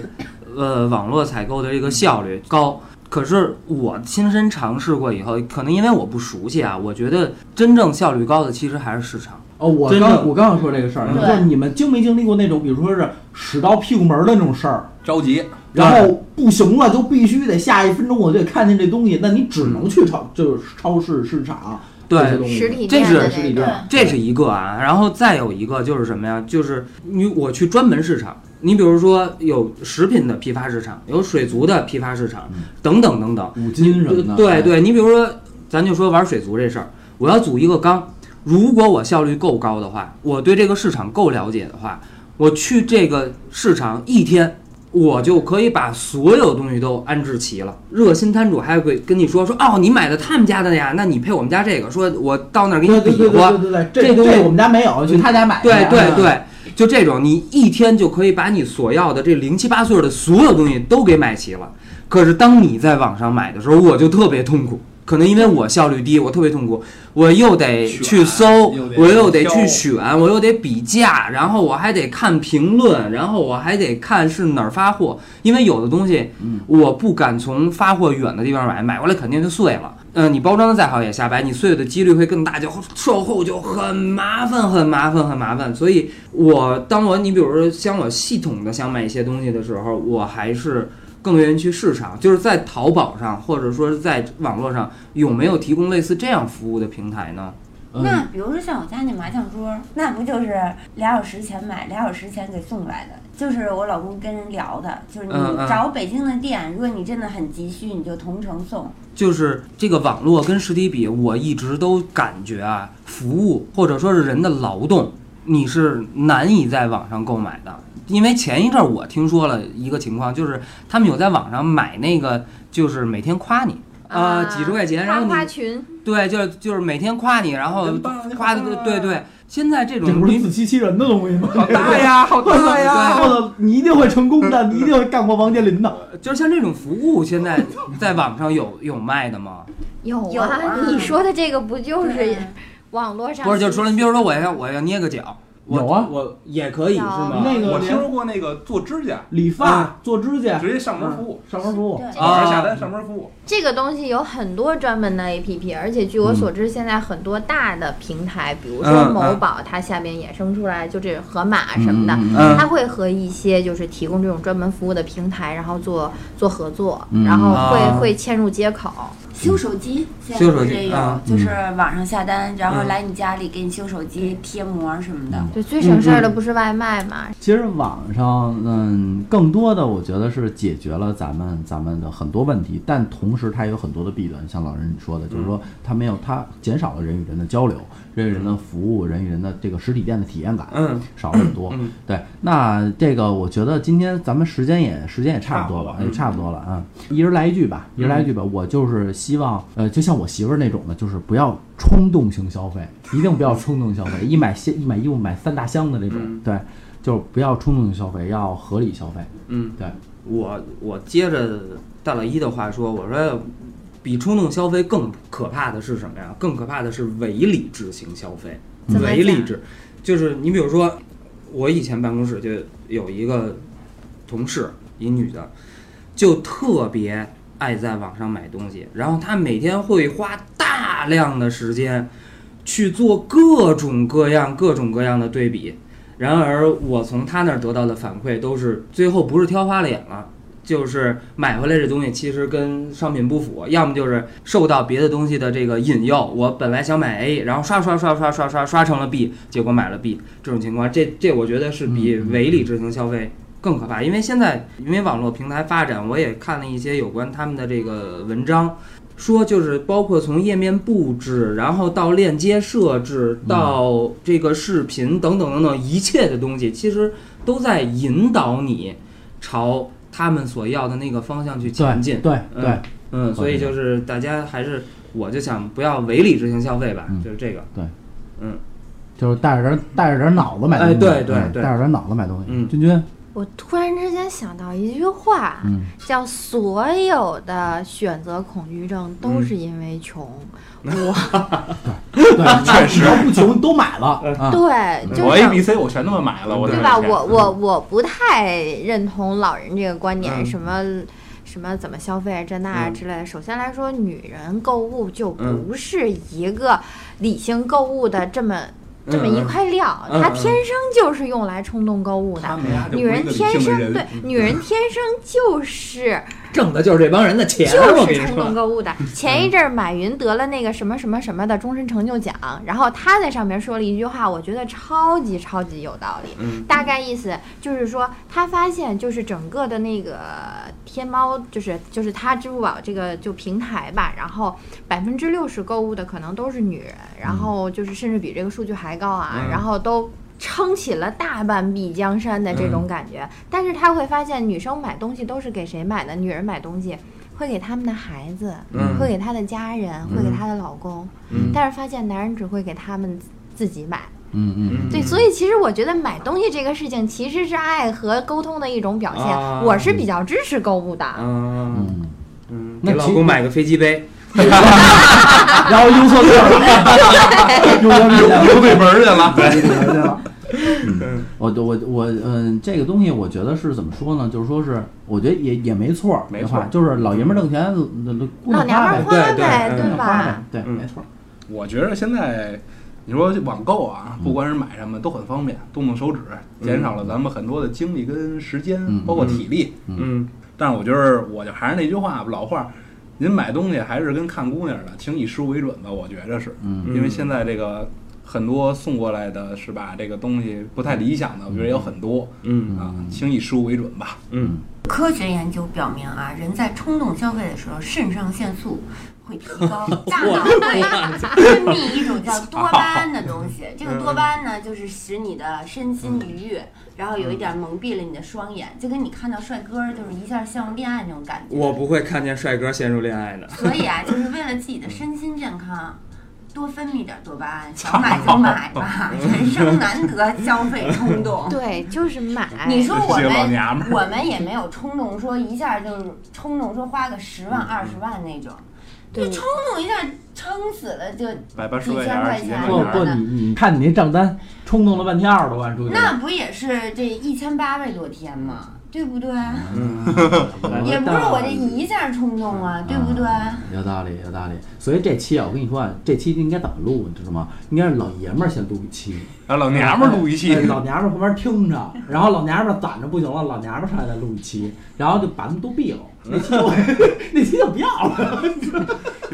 [SPEAKER 2] 呃网络采购的这个效率高，可是我亲身尝试过以后，可能因为我不熟悉啊，我觉得真正效率高的其实还是市场。
[SPEAKER 1] 哦，我
[SPEAKER 2] 真的
[SPEAKER 1] 刚我刚想说这个事儿，
[SPEAKER 5] 对
[SPEAKER 1] 就是你们经没经历过那种，比如说是使到屁股门儿的那种事儿，
[SPEAKER 3] 着急，
[SPEAKER 2] 对
[SPEAKER 1] 然后不行了就必须得下一分钟我就得看见这东西，那你只能去超就是超市市场
[SPEAKER 2] 嗯对
[SPEAKER 1] 这些东西
[SPEAKER 4] 实体
[SPEAKER 2] 嗯这
[SPEAKER 4] 店
[SPEAKER 2] 是
[SPEAKER 4] 的
[SPEAKER 1] 实体
[SPEAKER 4] 那
[SPEAKER 1] 店
[SPEAKER 4] 个，
[SPEAKER 2] 这是一个啊，然后再有一个就是什么呀？就是你我去专门市场，你比如说有食品的批发市场，有水族的批发市场
[SPEAKER 1] 嗯，
[SPEAKER 2] 等等等等。
[SPEAKER 1] 五金什么的，哎
[SPEAKER 2] 对对，你比如说，咱就说玩水族这事儿，我要组一个缸，如果我效率够高的话，我对这个市场够了解的话，我去这个市场一天。我就可以把所有东西都安置齐了。热心摊主还会跟你说说，哦，你买的他们家的呀，那你配我们家这个。说我到那儿给你
[SPEAKER 1] 对对
[SPEAKER 2] 比
[SPEAKER 1] 对对
[SPEAKER 2] 划，
[SPEAKER 1] 对对对，
[SPEAKER 2] 这
[SPEAKER 1] 这东西
[SPEAKER 2] 这
[SPEAKER 1] 我们家没有，去他家买去。
[SPEAKER 2] 对对
[SPEAKER 1] 嗯，
[SPEAKER 2] 对，就这种，你一天就可以把你所要的这零七八碎的所有东西都给买齐了。可是当你在网上买的时候，我就特别痛苦，可能因为我效率低，我特别痛苦，我又得
[SPEAKER 3] 选
[SPEAKER 2] 去搜
[SPEAKER 3] 又得，
[SPEAKER 2] 我又得
[SPEAKER 3] 挑
[SPEAKER 2] 去选，我又得比价，然后我还得看评论，然后我还得看是哪儿发货，因为有的东西
[SPEAKER 1] 嗯
[SPEAKER 2] 我不敢从发货远的地方买，买过来肯定就碎了。嗯，你包装的再好也瞎掰，你碎的几率会更大，就售后就很麻烦，很麻烦，很麻烦。所以我当我你比如说像我系统的想买一些东西的时候，我还是更愿意去市场，就是在淘宝上或者说是在网络上有没有提供类似这样服务的平台呢？
[SPEAKER 1] 嗯
[SPEAKER 5] 那比如说像我家那麻将桌，那不就是俩小时前买，俩小时前给送来的？就是我老公跟人聊的，就是你
[SPEAKER 2] 嗯嗯
[SPEAKER 5] 找北京的店，如果你真的很急需，你就同城送。
[SPEAKER 2] 就是这个网络跟实体比，我一直都感觉啊，服务或者说是人的劳动，你是难以在网上购买的。因为前一阵儿我听说了一个情况，就是他们有在网上买那个，就是每天夸你啊、
[SPEAKER 4] 啊
[SPEAKER 2] 几十块钱，然
[SPEAKER 4] 花
[SPEAKER 2] 后
[SPEAKER 4] 花
[SPEAKER 2] 你
[SPEAKER 4] 群
[SPEAKER 2] 对，就是就是每天夸你，然后
[SPEAKER 3] 你很棒你好
[SPEAKER 2] 夸的
[SPEAKER 3] 棒
[SPEAKER 2] 对对。现在这种
[SPEAKER 1] 这不是
[SPEAKER 2] 你
[SPEAKER 1] 自欺欺人的东西吗？
[SPEAKER 2] 嗯
[SPEAKER 3] 好大呀，好大呀！
[SPEAKER 1] 呀！你一定会成功
[SPEAKER 2] 嗯
[SPEAKER 1] 的，你一定会干过王健林的。
[SPEAKER 2] 就是像这种服务，现在在网上有有卖的吗？
[SPEAKER 4] 有啊
[SPEAKER 5] 有啊
[SPEAKER 4] 你说的这个不就是
[SPEAKER 5] 对
[SPEAKER 4] 网络上
[SPEAKER 2] 不是，就除了你比如说我要我要捏个脚，我
[SPEAKER 1] 有啊
[SPEAKER 2] 我也可以是
[SPEAKER 4] 有
[SPEAKER 2] 吗？
[SPEAKER 1] 那个
[SPEAKER 3] 我听说过那个做指甲，
[SPEAKER 1] 理
[SPEAKER 2] 啊
[SPEAKER 1] 发、做指甲、
[SPEAKER 3] 直接上门服务，
[SPEAKER 1] 上门服务，
[SPEAKER 5] 对，
[SPEAKER 2] 啊
[SPEAKER 3] 网上下单上门服务，
[SPEAKER 4] 这个东西有很多专门的 APP，而且据我所知，现在很多大的平台，比如说
[SPEAKER 2] 嗯
[SPEAKER 4] 某
[SPEAKER 2] 嗯
[SPEAKER 4] 宝，它下面衍生出来就是盒马什么的，
[SPEAKER 1] 嗯嗯嗯
[SPEAKER 2] 嗯
[SPEAKER 4] 它会和一些就是提供这种专门服务的平台，然后做做合作
[SPEAKER 1] 嗯，
[SPEAKER 4] 然后会、
[SPEAKER 2] 啊
[SPEAKER 4] 会嵌入接口。
[SPEAKER 5] 修手机，现在
[SPEAKER 2] 修手机
[SPEAKER 5] 不是也有、
[SPEAKER 2] 啊
[SPEAKER 5] 就是网上下单，然后
[SPEAKER 2] 嗯
[SPEAKER 5] 来你家里给你修手机、贴膜什么的。
[SPEAKER 4] 对，最省事儿
[SPEAKER 2] 嗯
[SPEAKER 4] 的不是外卖嘛？
[SPEAKER 1] 其实网上，嗯，更多的我觉得是解决了咱们咱们的很多问题，但同时它也有很多的弊端，像老人你说的，就是说它没有它减少了人与人的交流，人与人的服务，人与人的这个实体店的体验感，
[SPEAKER 2] 嗯，
[SPEAKER 1] 少了很多。
[SPEAKER 2] 嗯
[SPEAKER 1] 对，那这个我觉得今天咱们时间也时间也差不多了，
[SPEAKER 3] 差不多
[SPEAKER 1] 也差不多了啊、一人来一句
[SPEAKER 2] 嗯
[SPEAKER 1] 吧，一人来一句吧。我就是希望，呃，就像我媳妇儿那种的，就是不要冲动性消 费，一定不要冲动消费，一买些一买衣服买三大箱的这种，
[SPEAKER 2] 嗯
[SPEAKER 1] 对，就是不要冲动性消费，要合理消费。
[SPEAKER 2] 嗯，
[SPEAKER 1] 对，
[SPEAKER 2] 我我接着大老一的话说，我说比冲动消费更可怕的是什么呀？更可怕的是唯理智型消费。
[SPEAKER 4] 怎么
[SPEAKER 2] 唯
[SPEAKER 4] 讲
[SPEAKER 2] 理智就是你比如说，我以前办公室就有一个同事，一女的，就特别爱在网上买东西，然后她每天会花大量的时间去做各种各样、各种各样的对比。然而，我从他那儿得到的反馈都是，最后不是挑花脸了，就是买回来这东西其实跟商品不符，要么就是受到别的东西的这个引诱。我本来想买 A，然后刷刷刷刷刷刷刷成了 B，结果买了 B。这种情况，这这我觉得是比
[SPEAKER 1] 嗯嗯
[SPEAKER 2] 唯理智型消费更可怕，因为现在因为网络平台发展，我也看了一些有关他们的这个文章。说就是包括从页面布置，然后到链接设置，到这个视频等等等等一切的东西，其实都在引导你朝他们所要的那个方向去前
[SPEAKER 1] 对
[SPEAKER 2] 进。
[SPEAKER 1] 对
[SPEAKER 2] 嗯
[SPEAKER 1] 对
[SPEAKER 2] 嗯，所以就是大家还是，我就想不要唯理智性消费吧，
[SPEAKER 1] 嗯
[SPEAKER 2] 就是这个。
[SPEAKER 1] 就是带着点带着点脑子买东西，
[SPEAKER 2] 哎对对
[SPEAKER 1] 嗯
[SPEAKER 2] 对
[SPEAKER 1] 带着点脑子买东西。
[SPEAKER 2] 嗯
[SPEAKER 1] 君君，
[SPEAKER 4] 我突然之间想到一句话，
[SPEAKER 1] 嗯，
[SPEAKER 4] 叫“所有的选择恐惧症都是因为穷”，
[SPEAKER 3] 嗯
[SPEAKER 4] 我
[SPEAKER 1] 对，确实，你要不穷都买了
[SPEAKER 2] 嗯
[SPEAKER 1] 啊。
[SPEAKER 4] 对，就是
[SPEAKER 3] 嗯我嗯 A、B、C 我全他妈买了，我
[SPEAKER 4] 对
[SPEAKER 3] 这
[SPEAKER 4] 吧？
[SPEAKER 3] 两天
[SPEAKER 4] 我我我不太认同老人这个观点，
[SPEAKER 2] 嗯
[SPEAKER 4] 什么什么怎么消费啊这那
[SPEAKER 2] 嗯
[SPEAKER 4] 之类的。首先来说，女人购物就不是一个理性购物的这么。这么一块料，
[SPEAKER 2] 嗯嗯
[SPEAKER 4] 她天生就是用来冲动购物的。
[SPEAKER 3] 他们家就
[SPEAKER 4] 女
[SPEAKER 3] 不是一个
[SPEAKER 4] 人
[SPEAKER 3] 理性
[SPEAKER 4] 天
[SPEAKER 3] 的
[SPEAKER 4] 生
[SPEAKER 3] 人
[SPEAKER 4] 对，女人天生就是
[SPEAKER 2] 挣的就是这帮人的钱啊
[SPEAKER 4] 就
[SPEAKER 2] 我跟
[SPEAKER 4] 是
[SPEAKER 2] 你
[SPEAKER 4] 冲动
[SPEAKER 2] 说。嗯
[SPEAKER 4] 购物的。前一阵儿马云得了那个什么什么什么的终身成就奖，然后他在上面说了一句话，我觉得超级超级有道理。
[SPEAKER 2] 嗯
[SPEAKER 4] 大概意思就是说，他发现就是整个的那个天猫，就是就是他支付宝这个就平台吧，然后百分之六十购物的可能都是女人，然后就是甚至比这个数据还高啊，
[SPEAKER 2] 嗯
[SPEAKER 4] 然后都。撑起了大半壁江山的这种
[SPEAKER 2] 嗯
[SPEAKER 4] 感觉，但是他会发现，女生买东西都是给谁买的？女人买东西会给他们的孩子，
[SPEAKER 2] 嗯
[SPEAKER 4] 会给他的家人，会给他的老公，
[SPEAKER 2] 嗯
[SPEAKER 4] 但是发现男人只会给他们自己买。
[SPEAKER 1] 嗯嗯。嗯
[SPEAKER 4] 对，所以其实我觉得买东西这个事情其实是爱和沟通的一种表现，
[SPEAKER 2] 啊
[SPEAKER 4] 我是比较支持购物的。
[SPEAKER 2] 嗯
[SPEAKER 1] 嗯，
[SPEAKER 2] 嗯，
[SPEAKER 1] 那
[SPEAKER 2] 给老
[SPEAKER 1] 其
[SPEAKER 2] 公买个飞机杯，
[SPEAKER 1] 然后用错地 儿了，用错地儿了。
[SPEAKER 3] 丢对门儿去了。
[SPEAKER 2] 嗯
[SPEAKER 1] 我我我嗯，这个东西我觉得是怎么说呢？就是说是，我觉得也也没错儿，
[SPEAKER 3] 没
[SPEAKER 1] 这
[SPEAKER 3] 错嗯
[SPEAKER 1] 话就是老爷们儿挣钱，姑
[SPEAKER 4] 老
[SPEAKER 1] 娘
[SPEAKER 4] 娘
[SPEAKER 1] 花
[SPEAKER 4] 们
[SPEAKER 1] 呗
[SPEAKER 4] 儿，花
[SPEAKER 2] 对对
[SPEAKER 4] 呗，
[SPEAKER 2] 嗯
[SPEAKER 1] 姑娘花
[SPEAKER 4] 吧
[SPEAKER 1] 呗？，对，
[SPEAKER 2] 嗯
[SPEAKER 1] 没错儿。
[SPEAKER 3] 我觉得现在你说网购
[SPEAKER 2] 嗯
[SPEAKER 3] 啊，不管是买什么都很方便，动动手指，减少了咱们很多的精力跟时间，
[SPEAKER 1] 嗯
[SPEAKER 3] 包括体力。
[SPEAKER 2] 嗯
[SPEAKER 3] 但是我觉得，我就还是那句话老话，您买东西还是跟看姑娘的，请以实物为准吧。我觉着是，
[SPEAKER 1] 嗯
[SPEAKER 3] 因为现在这个很多送过来的是吧，这个东西不太理想的，我觉得也有很多
[SPEAKER 2] 嗯
[SPEAKER 3] 啊，请以实物为准吧。
[SPEAKER 2] 嗯
[SPEAKER 5] 科学研究表明啊，人在冲动消费的时候，肾上腺素会提高，大脑会 分泌一种叫多巴胺的东西。这个多巴胺呢，就是使你的身心愉悦，然后有一点蒙蔽了你的双眼，就跟你看到帅哥就是一下陷入恋爱那种感觉。
[SPEAKER 2] 我不会看见帅哥陷入恋爱的。
[SPEAKER 5] 所以啊，就是为了自己的身心健康，多分泌点多巴胺，想买就买吧，人生难得消费冲动。
[SPEAKER 4] 对，就是买。
[SPEAKER 5] 你说我
[SPEAKER 3] 这些老
[SPEAKER 5] 们
[SPEAKER 3] 娘们儿，
[SPEAKER 5] 我们也没有冲动说一下就是冲动说花个十
[SPEAKER 3] 嗯
[SPEAKER 5] 万二十万那种，就
[SPEAKER 4] 对
[SPEAKER 5] 冲动一下撑死了就
[SPEAKER 3] 百八十
[SPEAKER 5] 几
[SPEAKER 3] 块
[SPEAKER 5] 千
[SPEAKER 3] 钱儿，
[SPEAKER 5] 块
[SPEAKER 3] 几啊千
[SPEAKER 5] 钱
[SPEAKER 1] 不
[SPEAKER 3] 块
[SPEAKER 1] 不，
[SPEAKER 3] 钱儿，
[SPEAKER 1] 你你看你那账单，冲动了半天二十多万出去了，
[SPEAKER 5] 那不也是这一千八百多天吗？对不对？
[SPEAKER 3] 嗯
[SPEAKER 1] 有
[SPEAKER 5] 也不是
[SPEAKER 1] 道
[SPEAKER 5] 我这
[SPEAKER 1] 理
[SPEAKER 5] 一下冲动啊，对不对？
[SPEAKER 1] 有道理，有道理。所以这期啊，我跟你说啊，这期应该怎么录，你知道吗？应该是老爷们儿先录一期，
[SPEAKER 3] 让老娘们儿录一期
[SPEAKER 1] 哎，老娘们儿旁边听着，然后老娘们儿攒着不行了，老娘们儿上来再录一期，然后就把他们都毙了。那期 就那期就不要 了，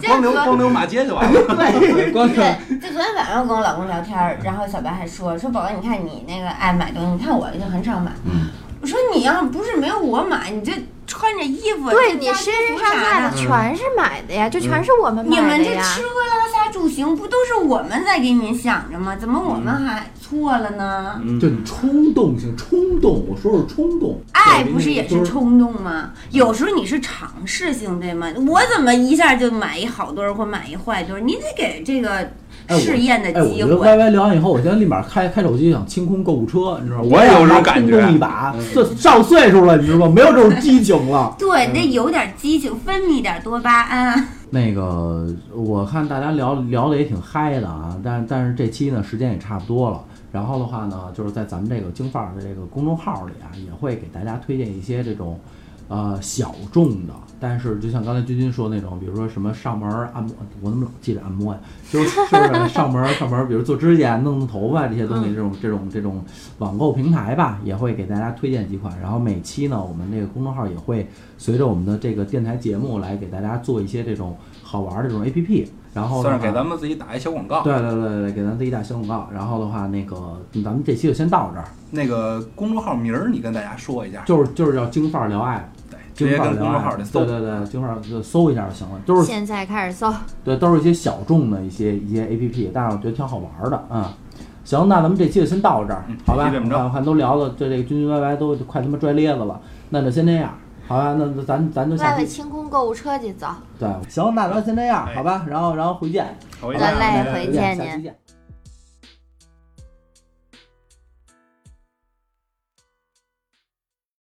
[SPEAKER 3] 光溜光溜马街就完了。嗯
[SPEAKER 1] 光是
[SPEAKER 5] 对，就昨天晚上我跟我老公聊天儿，然后小白还说说宝宝，你看你那个爱买东西，你看我就很少买。
[SPEAKER 1] 嗯
[SPEAKER 5] 我说你要不是没有我买，你这穿着衣服，
[SPEAKER 4] 对
[SPEAKER 5] 这
[SPEAKER 4] 你
[SPEAKER 5] 家
[SPEAKER 4] 身
[SPEAKER 5] 居
[SPEAKER 4] 身
[SPEAKER 5] 服
[SPEAKER 4] 上
[SPEAKER 5] 啥
[SPEAKER 4] 下的全是买的呀，就全是我们
[SPEAKER 5] 你
[SPEAKER 4] 买
[SPEAKER 5] 们
[SPEAKER 4] 的
[SPEAKER 5] 这
[SPEAKER 4] 呀。
[SPEAKER 5] 吃喝拉撒住行不都是我们在给你们想着吗？怎么我
[SPEAKER 1] 嗯
[SPEAKER 5] 们还错了呢？
[SPEAKER 2] 嗯
[SPEAKER 1] 就你冲动性冲动，我说是冲动，
[SPEAKER 5] 爱
[SPEAKER 1] 对
[SPEAKER 5] 不是也是？冲动吗？有时候你是尝试性，对吗？我怎么一下就买一好对儿或买一坏对儿？你得给这个
[SPEAKER 1] 哎我
[SPEAKER 5] 试验
[SPEAKER 1] 哎，
[SPEAKER 5] 的
[SPEAKER 1] 我
[SPEAKER 5] 机
[SPEAKER 1] 觉得
[SPEAKER 5] 会。
[SPEAKER 1] 歪歪聊完以后，我现在立马开开手机想清空购物车，你知道吗？
[SPEAKER 3] 我也有这种感觉
[SPEAKER 1] 我想冲动一把，这上岁数了，你知道吗？没有这种激情了。
[SPEAKER 5] 对，得有点激情，分泌点多巴胺。啊
[SPEAKER 1] 那个，我看大家聊聊的也挺嗨的啊，但但是这期呢时间也差不多了。然后的话呢，就是在咱们这个京范儿的这个公众号里啊，也会给大家推荐一些这种，呃小众的，但是就像刚才君君说的那种，比如说什么上门儿按摩，我怎么老记着按摩呀？就是就是上门儿上门儿，比如做指甲、弄弄头发这些东西，这种这种这种网购平台吧，也会给大家推荐几款。然后每期呢，我们这个公众号也会随着我们的这个电台节目来给大家做一些这种好玩儿的这种 APP。然后呢
[SPEAKER 3] 算是给咱们自己打一小广告。
[SPEAKER 1] 对对对对，给咱自己打小广告。然后的话，那个咱们这期就先到这儿，
[SPEAKER 3] 那个公众号名儿，你跟大家说一下，
[SPEAKER 1] 就是就是叫京范儿聊爱，
[SPEAKER 3] 对，直
[SPEAKER 1] 京
[SPEAKER 3] 接
[SPEAKER 1] 范儿聊
[SPEAKER 3] 跟公众
[SPEAKER 1] 爱
[SPEAKER 3] 号里，
[SPEAKER 1] 啊对
[SPEAKER 3] 搜。
[SPEAKER 1] 对对，京范儿就搜一下就行了，都是
[SPEAKER 4] 现在开始搜，
[SPEAKER 1] 对都是一些小众的一些一些 APP，但是我觉得挺好玩儿的啊。行，那咱们这期就先到这儿，
[SPEAKER 3] 嗯
[SPEAKER 1] 好吧？
[SPEAKER 3] 这期这么着
[SPEAKER 1] 我看都聊的这这个君君歪歪都快他妈拽咧子了，那就先这样，好吧？那那咱咱就
[SPEAKER 4] 外
[SPEAKER 1] 下
[SPEAKER 4] 外
[SPEAKER 1] 期
[SPEAKER 4] 清空购物车去走，
[SPEAKER 3] 哎
[SPEAKER 1] 对，行，那咱先这样，好吧？然后然后回见，
[SPEAKER 3] 好
[SPEAKER 4] 人
[SPEAKER 3] 一下啊
[SPEAKER 4] 类回见
[SPEAKER 1] 下期
[SPEAKER 4] 您。
[SPEAKER 1] 见。